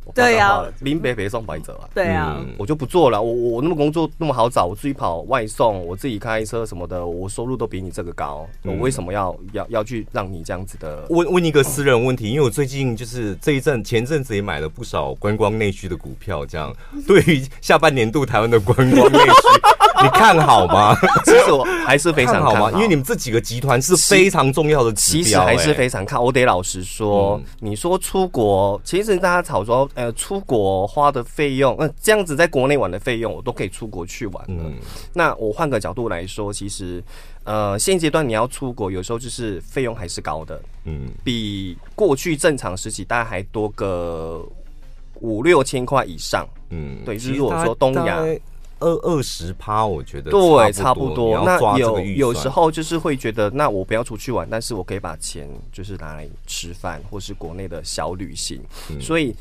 Speaker 3: 我
Speaker 2: 对呀
Speaker 3: 看到了林北北送白者啊，
Speaker 2: 对啊，
Speaker 1: 嗯
Speaker 3: 我就不做了。我我我那么工作那么好找，我自己跑外送，我自己开车什么的，我收入都比你这个高，我
Speaker 1: 嗯
Speaker 3: 为什么要要要去让你这样子的？
Speaker 1: 问问一个私人问题，因为我最近就是这一阵前阵子也买了不少观光内需的股票，这样对于下半年度台湾的观光内需，你看好吗？
Speaker 3: 其实我还是非常
Speaker 1: 看
Speaker 3: 看
Speaker 1: 好
Speaker 3: 好
Speaker 1: 吗？因为你们这几个集团是非常重要的指
Speaker 3: 其
Speaker 1: 标、嗯
Speaker 3: 实还是
Speaker 1: 哎
Speaker 3: 非常看，我得老实说，你说出国，其实大家吵说，呃，出国花的费用，那、这样子在国内玩的费用，我都可以出国去玩了。
Speaker 1: 嗯
Speaker 3: 那我换个角度来说，其实，呃，现阶段你要出国，有时候就是费用还是高的，
Speaker 1: 嗯
Speaker 3: 比过去正常时期大概还多个五六千块以上。
Speaker 1: 嗯，
Speaker 3: 对
Speaker 1: 其实
Speaker 3: 如果说东
Speaker 1: 大
Speaker 3: 亚
Speaker 1: 概二二十趴，我觉得
Speaker 3: 对，
Speaker 1: 差
Speaker 3: 差
Speaker 1: 不
Speaker 3: 不
Speaker 1: 你
Speaker 3: 多。
Speaker 1: 要抓
Speaker 3: 那
Speaker 1: 这个
Speaker 3: 有
Speaker 1: 预
Speaker 3: 有
Speaker 1: 算
Speaker 3: 时候就是会觉得，那我不要出去玩，但是我可以把钱就是拿来吃饭，或是国内的小旅行。
Speaker 1: 嗯
Speaker 3: 所以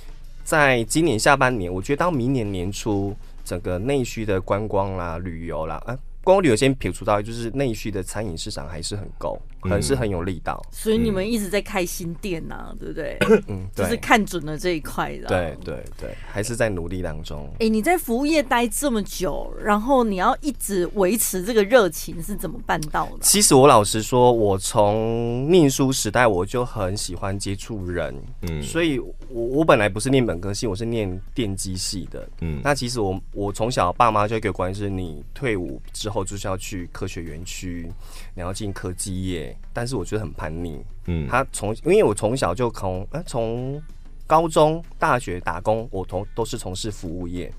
Speaker 3: 在今年下半年，我觉得到明年年初，整个内需的观光啦、旅游啦，啊，观光旅游先撇除到，就是内需的餐饮市场还是很够，
Speaker 1: 嗯
Speaker 3: 还是很有力道。
Speaker 2: 所以你们一直在开新店呐、对不对？
Speaker 3: 嗯，
Speaker 2: 就
Speaker 3: 对，
Speaker 2: 是看准了这一块的。
Speaker 3: 对对对，还是在努力当中。
Speaker 2: 哎、你在服务业待这么久，然后你要一直维持这个热情，是怎么办到的？
Speaker 3: 其实我老实说，我从念书时代我就很喜欢接触人，
Speaker 1: 嗯
Speaker 3: 嗯，所以我我本来不是念本科系，我是念电机系的，
Speaker 1: 嗯
Speaker 3: 嗯，那其实我我从小爸妈就给我关是，你退伍之后就是要去科学园区，你要进科技业，但是我觉得很叛逆，
Speaker 1: 嗯
Speaker 3: 他从因为我从小就从呃从高中、大学打工，我从都是从事服务业。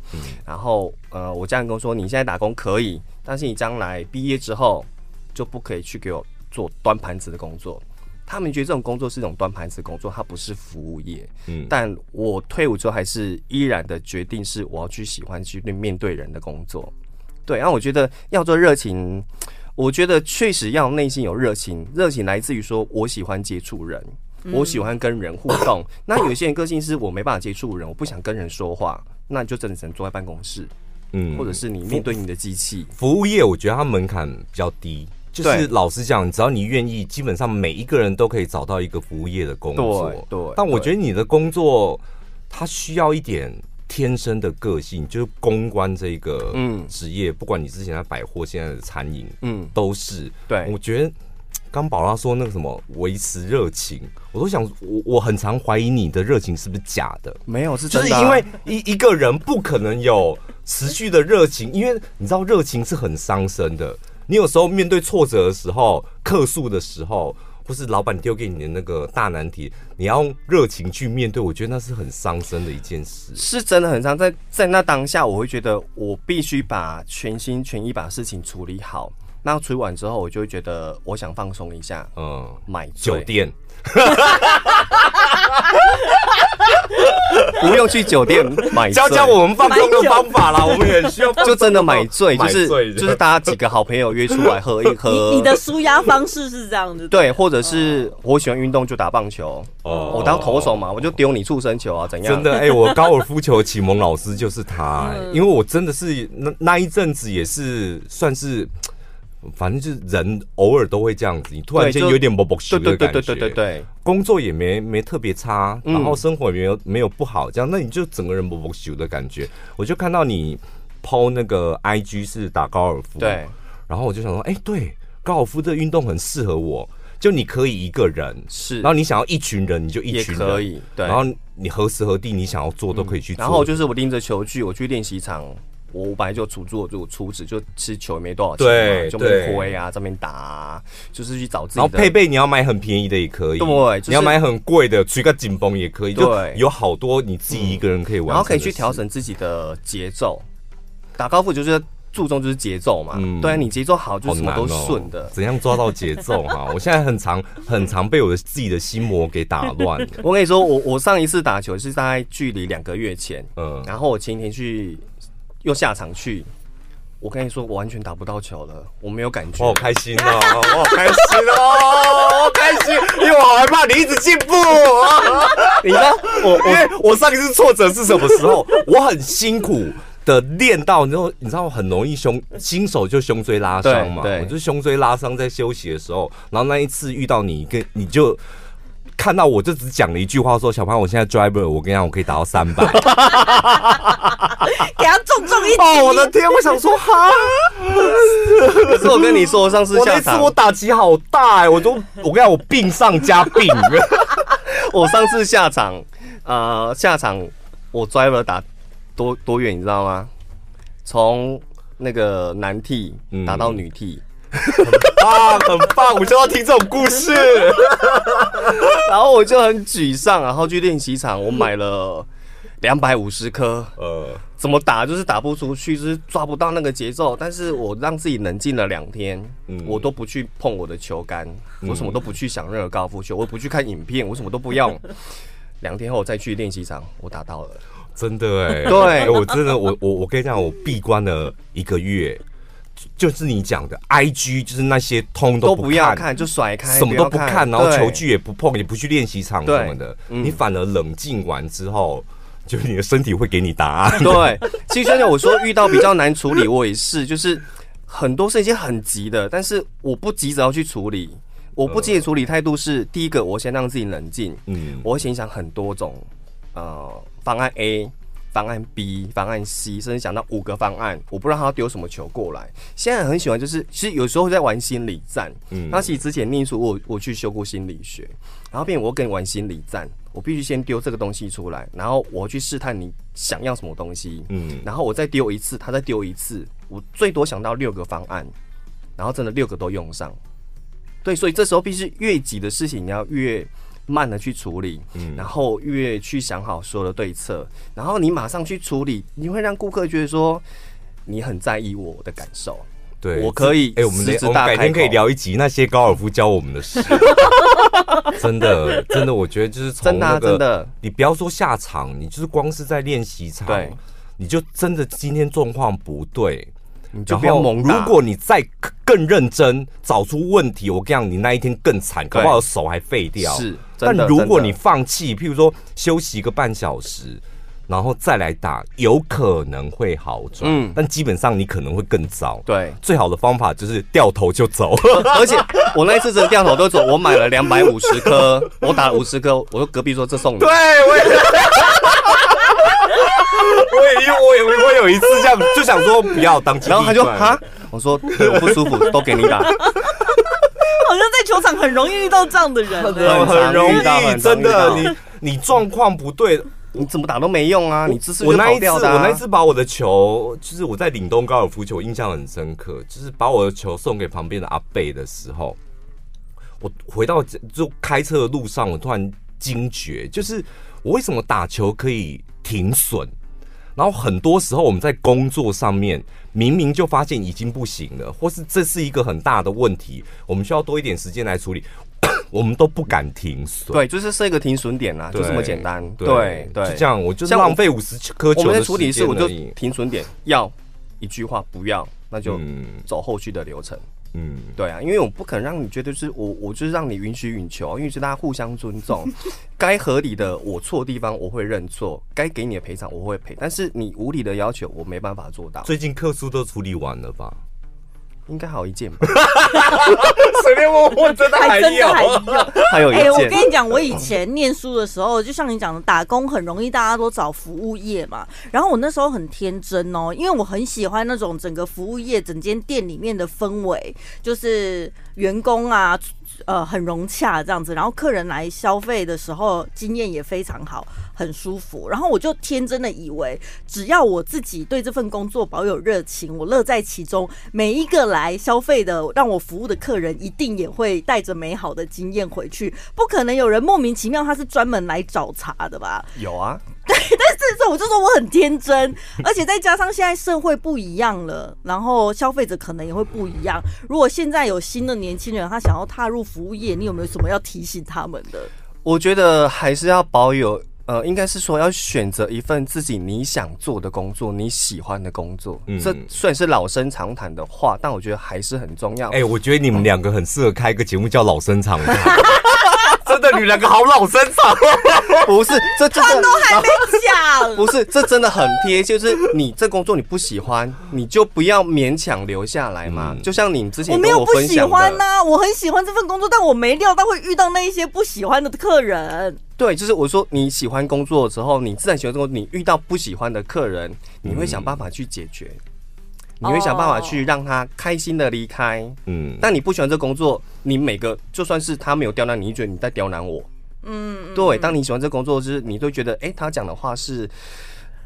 Speaker 3: 然后呃，我家人跟我说，你现在打工可以，但是你将来毕业之后就不可以去给我做端盘子的工作。他们觉得这种工作是一种端盘子工作，它不是服务业。
Speaker 1: 嗯
Speaker 3: 但我退伍之后还是依然的决定是我要去喜欢去面对人的工作。对，然后我觉得要做热情，我觉得确实要内心有热情，热情来自于说我喜欢接触人，我喜欢跟人互动。那有些人个性是我没办法接触人，我不想跟人说话，那你就真的只能坐在办公室，
Speaker 1: 嗯
Speaker 3: 或者是你面对你的机器。
Speaker 1: 服务业，我觉得它门槛比较低。就是
Speaker 3: 对
Speaker 1: 老实讲，只要你愿意，基本上每一个人都可以找到一个服务业的工作。
Speaker 3: 对对
Speaker 1: 但我
Speaker 3: 对
Speaker 1: 觉得你的工作，它需要一点天生的个性，就是公关这一个
Speaker 3: 嗯
Speaker 1: 职业，不管你之前在百货，现在的餐饮，
Speaker 3: 嗯，
Speaker 1: 都是。
Speaker 3: 对
Speaker 1: 我觉得刚宝拉说那个什么维持热情，我都想，我我很常怀疑你的热情是不是假的。
Speaker 3: 没有是
Speaker 1: 就
Speaker 3: 真
Speaker 1: 是
Speaker 3: 的啊、
Speaker 1: 因为一一个人不可能有持续的热情，因为你知道热情是很伤身的。你有时候面对挫折的时候、客诉的时候，或是老板丢给你的那个大难题，你要用热情去面对，我觉得那是很伤身的一件事。
Speaker 3: 是真的很伤。在在那当下，我会觉得我必须把全心全意把事情处理好。那处理完之后，我就会觉得我想放松一下，
Speaker 1: 嗯，
Speaker 3: 买
Speaker 1: 酒
Speaker 3: 醉，
Speaker 1: 店，
Speaker 3: 不用去 酒店买醉。
Speaker 1: 教教我们放松的方法啦，我们也需要放松
Speaker 3: 就
Speaker 1: 的
Speaker 3: 真的买醉，就
Speaker 1: 方法
Speaker 3: 是
Speaker 1: 买醉
Speaker 3: 就是大家几个好朋友约出来喝一 喝。
Speaker 2: 你你的舒压方式是这样子，
Speaker 3: 呃对，或者是我喜欢运动就打棒球，
Speaker 1: 哦
Speaker 3: 我当投手嘛，我就丢你畜生球啊，怎样？嗯
Speaker 1: 真的，哎、我高尔夫球启蒙老师就是他、哎因为我真的是那那一阵子也是算是，反正就是人偶尔都会这样子，你突然
Speaker 3: 对
Speaker 1: 间
Speaker 3: 就
Speaker 1: 有点啵啵
Speaker 3: 对，
Speaker 1: 咻
Speaker 3: 对
Speaker 1: 的
Speaker 3: 对
Speaker 1: 感觉，
Speaker 3: 对对对，对
Speaker 1: 工作也没没特别差，
Speaker 3: 嗯
Speaker 1: 然后生活也没有没有不好，这样那你就整个人啵啵咻的感觉，我就看到你抛那个 IG 是打高尔夫，
Speaker 3: 对，
Speaker 1: 然后我就想说，哎、对，高尔夫这个运动很适合我，就你可以一个人。
Speaker 3: 是，
Speaker 1: 然后你想要一群人，你就一
Speaker 3: 也
Speaker 1: 群人
Speaker 3: 可以，对。嗯
Speaker 1: 然后你何时何地你想要做都可以去做。
Speaker 3: 然后就是我拎着球具，我去练习场，我本来就处住我住处址，就其实球也没多少钱嘛，
Speaker 1: 对
Speaker 3: 就
Speaker 1: 对
Speaker 3: 被挥啊，这边打、啊，就是去找自己的。
Speaker 1: 然后配备你要买很便宜的也可以，
Speaker 3: 对就是
Speaker 1: 你要买很贵的，吹个紧绷也可以，就
Speaker 3: 对
Speaker 1: 有好多你自己一个人可以玩，
Speaker 3: 然后可以去调。整自己的节奏。打高尔夫就是注重就是节奏嘛，
Speaker 1: 嗯
Speaker 3: 对啊，你节奏好就
Speaker 1: 好
Speaker 3: 是什么
Speaker 1: 难
Speaker 3: 都
Speaker 1: 哦，
Speaker 3: 顺 的。
Speaker 1: 怎样抓到节奏哈、我现在很常很常被我的自己的心魔给打乱了。
Speaker 3: 我跟你说，我我上一次打球是大概距离两个月前，
Speaker 1: 嗯，
Speaker 3: 然后我前一天去又下场去，我跟你说我完全打不到球了，我没有感觉。
Speaker 1: 我好开心 哦，我好开心哦，我好开心，因为我好害怕你一直进 步。
Speaker 3: 你知道我
Speaker 1: 因为我上一次挫折是什么时候？我很辛苦。的练到，你知道，你知道我很容易胸新手就胸椎拉伤嘛，
Speaker 3: 对对
Speaker 1: 我就胸椎拉伤在休息的时候，然后那一次遇到你，跟你就看到我就只讲了一句话说，小潘，我现在 driver，我跟你讲，我可以打到三百。
Speaker 2: 给他重重一击。
Speaker 1: 哦，我的天！ 我想说哈，
Speaker 3: 可是我跟你说，我上次
Speaker 1: 我
Speaker 3: 下
Speaker 1: 那次
Speaker 3: 场，
Speaker 1: 我
Speaker 3: 我
Speaker 1: 打击好大哎、我都我跟你讲，我病上加病。
Speaker 3: 上次下场，呃，下场我 driver 打多多远，你知道吗？从那个男 T
Speaker 1: 嗯
Speaker 3: 打到女 T，、
Speaker 1: 啊，很棒！我就要听这种故事。
Speaker 3: 然后我就很沮丧，然后去练习场，我买了两百五十颗，
Speaker 1: 呃，
Speaker 3: 怎么打就是打不出去，就是抓不到那个节奏。但是我让自己冷静了两天，
Speaker 1: 嗯
Speaker 3: 我都不去碰我的球杆，我什么都不去想任何高尔夫球，我不去看影片，我什么都不要。两天后再去练习场，我打到了。
Speaker 1: 真的哎、
Speaker 3: 对
Speaker 1: 哎我真的，我我我跟你讲，我闭关了一个月，就就是你讲的，IG 就是那些通
Speaker 3: 都
Speaker 1: 不
Speaker 3: 不要看，就甩开，
Speaker 1: 什么都不
Speaker 3: 要
Speaker 1: 看，然后
Speaker 3: 对
Speaker 1: 球具也不碰，也不去练习场
Speaker 3: 对
Speaker 1: 什么的，
Speaker 3: 嗯
Speaker 1: 你反而冷静完之后，就你的身体会给你答 案。
Speaker 3: 对，其实真的，我说遇到比较难处理，我也是，就是很多是一些很急的，但是我不急着要去处理。我不急着处理态度是，第一个，我先让自己冷静，
Speaker 1: 嗯，
Speaker 3: 我会先想很多种呃方案 A、方案 B、方案 C，甚至想到五个方案，我不知道他丢什么球过来。现在很喜欢，就是其实有时候在玩心理战。
Speaker 1: 嗯
Speaker 3: 嗯，那其实之前念书我我去修过心理学，然后变成我跟你玩心理战，我必须先丢这个东西出来，然后我去试探你想要什么东西，
Speaker 1: 嗯
Speaker 3: 然后我再丢一次，他再丢一次，我最多想到六个方案，然后真的六个都用上。对，所以这时候必须越急的事情，你要越慢的去处理，
Speaker 1: 嗯
Speaker 3: 然后越去想好所有的对策，然后你马上去处理，你会让顾客觉得说你很在意我的感受。
Speaker 1: 对，
Speaker 3: 我可以
Speaker 1: 哎、我们
Speaker 3: 狮
Speaker 1: 的
Speaker 3: 子
Speaker 1: 我们
Speaker 3: 大
Speaker 1: 改天
Speaker 3: 开
Speaker 1: 可以
Speaker 3: 口
Speaker 1: 聊一集那些高尔夫教我们的 事。真的，真的，我觉得就是从
Speaker 3: 真的啊
Speaker 1: 那个，
Speaker 3: 真的
Speaker 1: 你不要说下场，你就是光是在练习场
Speaker 3: 对，
Speaker 1: 你就真的今天状况不对，
Speaker 3: 你就
Speaker 1: 然
Speaker 3: 不要
Speaker 1: 后
Speaker 3: 猛
Speaker 1: 如
Speaker 3: 打
Speaker 1: 果你再更认真找出问题，我跟你讲，你那一天更惨，搞不好手还废掉。
Speaker 3: 是
Speaker 1: 但
Speaker 3: 真的
Speaker 1: 如果
Speaker 3: 真的
Speaker 1: 你放弃，譬如说休息一个半小时，然后再来打，有可能会好转，
Speaker 3: 嗯
Speaker 1: 但基本上你可能会更糟。
Speaker 3: 对，
Speaker 1: 最好的方法就是掉头就走。
Speaker 3: 而且我那一次真的掉头就走，我买了两百五十颗， 我打了五十颗，我说隔壁说这送你。
Speaker 1: 我也， 我也，我也，我有一次这样，就想说不要当机立
Speaker 3: 然后他就
Speaker 1: 断
Speaker 3: 哈，我说对我不舒服，都给你打。
Speaker 2: 好像在球场很容易遇到这样的人、欸。
Speaker 1: 很很容
Speaker 3: 很常遇到
Speaker 1: 易，
Speaker 3: 很常
Speaker 1: 真
Speaker 3: 遇
Speaker 1: 的，
Speaker 3: 到
Speaker 1: 你你状况不对。
Speaker 3: 你怎么打都没用啊！你姿势
Speaker 1: 我
Speaker 3: 就
Speaker 1: 那
Speaker 3: 跑
Speaker 1: 一次，
Speaker 3: 掉
Speaker 1: 我
Speaker 3: 的、啊
Speaker 1: 那一次把我的球，就是我在岭东高尔夫球，印象很深刻，就是把我的球送给旁边的阿贝的时候，我回到家就开车的路上，我突然惊觉，就是我为什么打球可以停损。然后很多时候我们在工作上面明明就发现已经不行了，或是这是一个很大的问题，我们需要多一点时间来处理， 我们都不敢停损。
Speaker 3: 对，就是设一个停损点啊，就这么简单。对对，
Speaker 1: 就这。样，我就是
Speaker 3: 像我
Speaker 1: 浪费五十颗
Speaker 3: 我
Speaker 1: 球
Speaker 3: 们在
Speaker 1: 的
Speaker 3: 处理
Speaker 1: 时
Speaker 3: 是，
Speaker 1: 间
Speaker 3: 我就
Speaker 1: 而已。
Speaker 3: 停损点，要一句话不要，那就
Speaker 1: 嗯
Speaker 3: 走后续的流程。
Speaker 1: 嗯，
Speaker 3: 对啊，因为我不肯让你觉得就是我，我就是让你允许允求，因为是大家互相 尊重，该合理的我错地方我会认错，该给你的赔偿我会赔，但是你无理的要求我没办法做到。
Speaker 1: 最近客诉都处理完了吧？
Speaker 3: 应该还有一件吧，
Speaker 1: 随便问问，真的
Speaker 2: 还
Speaker 1: 还
Speaker 2: 真的还
Speaker 1: 有。
Speaker 2: 有。
Speaker 3: 还有一
Speaker 2: 哎、我
Speaker 3: 件
Speaker 2: 跟。你讲，我以前念书的时候，就像你讲的，打工很容易，大家都找服务业嘛。然后我那时候很天真哦，因为我很喜欢那种整个服务业、整间店里面的氛围，就是员工啊，呃，很融洽这样子。然后客人来消费的时候，经验也非常好，很舒服。然后我就天真的以为，只要我自己对这份工作保有热情，我乐在其中，每一个来消费的让我服务的客人，一定也会带着美好的经验回去。不可能有人莫名其妙他是专门来找茬的 吧？
Speaker 3: 有啊，
Speaker 2: 这这我就说我很天真，而且再加上现在社会不一样了，然后消费者可能也会不一样。如果现在有新的年轻人他想要踏入服务业，你有没有什么要提醒他们的？
Speaker 3: 我觉得还是要保有，呃，应该是说要选择一份自己你想做的工作，你喜欢的工作。
Speaker 1: 嗯
Speaker 3: 这虽然是老生常谈的话，但我觉得还是很重要。
Speaker 1: 哎、我觉得你们两个很适合开一个节目叫《老生常谈》。 真的，你们两个好老生常谈。
Speaker 3: 不是，这真的
Speaker 2: 还没讲，
Speaker 3: 不是，这真的很贴，就是你这工作你不喜欢，你就不要勉强留下来嘛。
Speaker 1: 嗯
Speaker 3: 就像你之
Speaker 2: 我
Speaker 3: 前
Speaker 2: 没
Speaker 3: 跟
Speaker 2: 有不
Speaker 3: 分
Speaker 2: 喜
Speaker 3: 享的，
Speaker 2: 欢啊呐、我很喜欢这份工作，但我没料到会遇到那一些不喜欢的客人。
Speaker 3: 对，就是我说你喜欢工作之后，你自然喜欢工作，你遇到不喜欢的客人，你会
Speaker 1: 嗯
Speaker 3: 想办法去解决，你会想办
Speaker 2: 哦
Speaker 3: 法去让他开心的离开。
Speaker 1: 嗯，
Speaker 3: 但你不喜欢这工作，你每个就算是他没有刁难你，你就觉得你在刁难我。嗯，对。当你喜欢这工作，就是你都觉得，哎、他讲的话是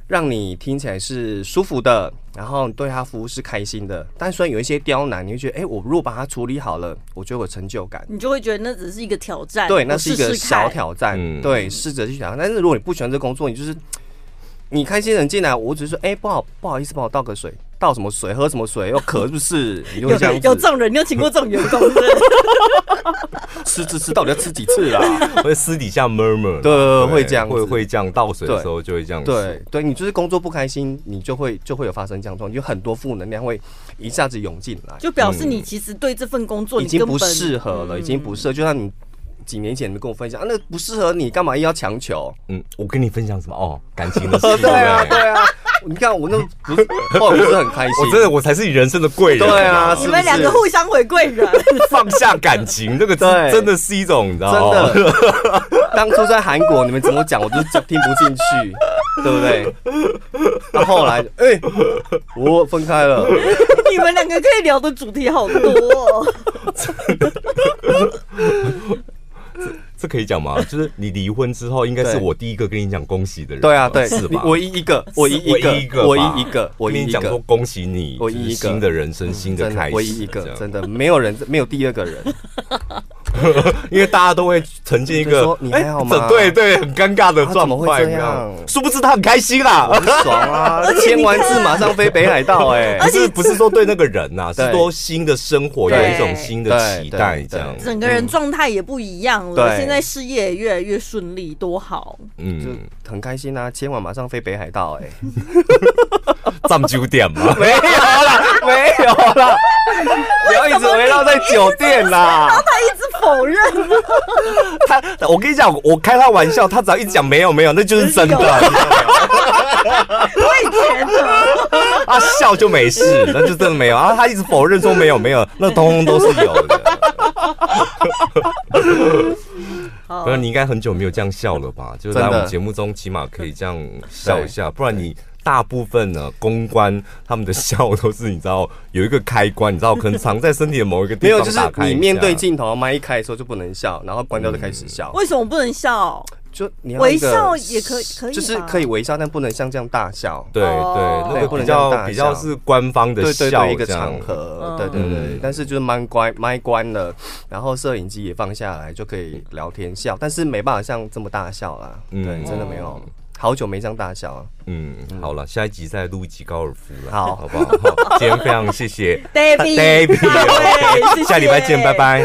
Speaker 3: 让你听起来是舒服的，然后你对他服务是开心的。但虽然有一些刁难，你会觉得，哎、我如果把它处理好了，我就有成就感。
Speaker 2: 你就会觉得那只是一个挑战，
Speaker 3: 对，
Speaker 2: 嗯
Speaker 3: 那
Speaker 2: 我
Speaker 3: 是一个
Speaker 2: 试试看
Speaker 3: 小挑战，
Speaker 1: 嗯
Speaker 3: 对，试着去挑战。但是如果你不喜欢这工作，你就是你开心人进来，我只是说，哎、不好不好意思，帮我倒个水，倒什么水，喝什么水，又渴是不是？你就会这样
Speaker 2: 有
Speaker 3: 子，
Speaker 2: 有这种人，你有请过这种员工是不是？
Speaker 3: 吃吃吃，到底要吃几次啊啦？
Speaker 1: 嗯会私底下 murmur，
Speaker 3: 对会这样子
Speaker 1: 会会这样倒水的时候就会这样子。
Speaker 3: 对对，你就是工作不开心，你就会就会有发生这样的状况，就很多负能量会一下子涌进来，
Speaker 2: 就表示你其实对这份工作
Speaker 3: 嗯
Speaker 1: 哦
Speaker 3: 已
Speaker 2: 你
Speaker 3: 经
Speaker 2: 根
Speaker 3: 不
Speaker 2: 本
Speaker 3: 适合
Speaker 1: 嗯
Speaker 3: 了，已经不适合。就像你几年前你跟我分享啊，那不适合你，干嘛硬要强求？
Speaker 1: 嗯，我跟你分享什么？哦，感情的事。
Speaker 3: 对啊，对啊，你看我那不是，后来不是很开心，
Speaker 1: 我真的，我才是你人生的贵人。
Speaker 3: 对啊
Speaker 1: 好不好
Speaker 2: 嗯你
Speaker 3: 是
Speaker 2: 们两个互相回馈 人，
Speaker 1: 放下感情，这个
Speaker 3: 对
Speaker 1: 是真的是一种，你知道
Speaker 3: 真
Speaker 1: 吗？
Speaker 3: 的。
Speaker 1: 哦
Speaker 3: 当初在韩国，你们怎么讲，我都听不进去，对不对？那后来，哎、我分开了。
Speaker 2: 你们两个可以聊的主题好多哦、
Speaker 1: 这可以讲 吗？就是你离婚之后，应该是
Speaker 3: 对
Speaker 1: 我第一个跟你讲恭喜的人吧，
Speaker 3: 对啊，对，
Speaker 1: 哦是
Speaker 3: 你
Speaker 1: 吧？
Speaker 3: 唯一一个，唯一一个，
Speaker 1: 唯一
Speaker 3: 唯一
Speaker 1: 一
Speaker 3: 一
Speaker 1: 个
Speaker 3: 个
Speaker 1: 吧，，
Speaker 3: 唯
Speaker 1: 跟
Speaker 3: 一
Speaker 1: 你
Speaker 3: 一
Speaker 1: 讲说
Speaker 3: 个，
Speaker 1: 恭喜你，
Speaker 3: 唯一一
Speaker 1: 就是
Speaker 3: 个嗯
Speaker 1: 新的人生，新的
Speaker 3: 真
Speaker 1: 开
Speaker 3: 的
Speaker 1: 始，
Speaker 3: 唯一一个
Speaker 1: 这，样
Speaker 3: 真的没有人， 没有第二 个人。
Speaker 1: 因为大家都会呈现一
Speaker 3: 就
Speaker 1: 个
Speaker 3: 是说你还好吗
Speaker 1: 哎这对对，很尴尬的
Speaker 3: 啊
Speaker 1: 状
Speaker 3: 怎么会
Speaker 1: 态，
Speaker 3: 这
Speaker 1: 你知道
Speaker 3: 样
Speaker 1: 吗殊不知他很开心 啦。
Speaker 3: 很爽 啊！签完字马上飞北海道，哎，
Speaker 1: 不是不是说对那个人呐、是
Speaker 3: 对
Speaker 1: 说新的生活有
Speaker 3: 对
Speaker 1: 一种新的
Speaker 3: 对
Speaker 1: 期
Speaker 3: 对
Speaker 1: 待，
Speaker 3: 对
Speaker 1: 这样，
Speaker 2: 整个人状态也不一样了，
Speaker 3: 对
Speaker 2: 现在事业也越来越顺利，多好！
Speaker 3: 就
Speaker 1: 嗯，
Speaker 3: 很开心啊！签完马上飞北海道， 哎，。
Speaker 1: 占九点嘛
Speaker 3: 没有啦， 没有啦，不要一直围绕在酒店 啦。
Speaker 2: 他一直否认，
Speaker 1: 他，我跟你讲，我开他玩笑，他只要一讲没有没有，那就是真的，
Speaker 2: 真的
Speaker 1: 你知道吗
Speaker 2: 我 也觉得，
Speaker 1: 他啊笑就没 事，那就真的没有。然啊后他一直否认说没有没有，那通通都是有 的。
Speaker 2: 好
Speaker 1: 不然你应该很久没有这样笑了吧？就是来
Speaker 3: 真
Speaker 1: 我
Speaker 3: 的
Speaker 1: 们节目中，起码可以这样笑一下，不然你。大部分呢，公关他们的笑都是你知道有一个开关，你知道可能藏在身体的某一个
Speaker 3: 没
Speaker 1: 地
Speaker 3: 有，
Speaker 1: 方
Speaker 3: 就是
Speaker 1: 打开一
Speaker 3: 你
Speaker 1: 下
Speaker 3: 面对镜头，麦一开的时候就不能笑，然后关掉就开始笑。
Speaker 2: 为什么不能 笑？
Speaker 3: 就你
Speaker 2: 嗯
Speaker 3: 要
Speaker 2: 微
Speaker 3: 一个
Speaker 2: 笑也可以，可以
Speaker 3: 就是
Speaker 2: 吧
Speaker 3: 可以微笑，但不能像这样大笑。
Speaker 1: 对
Speaker 2: 哦
Speaker 1: 对，那
Speaker 3: 对
Speaker 1: 个
Speaker 3: 不
Speaker 1: 比
Speaker 3: 能这样
Speaker 1: 较
Speaker 3: 大
Speaker 1: 比较
Speaker 3: 笑
Speaker 1: 是官方的
Speaker 3: 对对
Speaker 1: 笑
Speaker 3: 对，一个
Speaker 1: 这样
Speaker 3: 场合
Speaker 2: 嗯，
Speaker 3: 对对对
Speaker 1: 嗯。
Speaker 3: 但是就是麦关麦关了，然后摄影机也放下来，就可以聊天笑，但是没办法像这么大笑啦。
Speaker 1: 嗯
Speaker 3: 对，真的没有，好久没这样大笑了。
Speaker 1: 嗯，好了，下一集再录一集高尔夫了，
Speaker 3: 好
Speaker 1: 好不好？好今天非常谢谢
Speaker 2: David
Speaker 1: David，
Speaker 2: 对谢谢
Speaker 1: 下礼拜见，拜拜。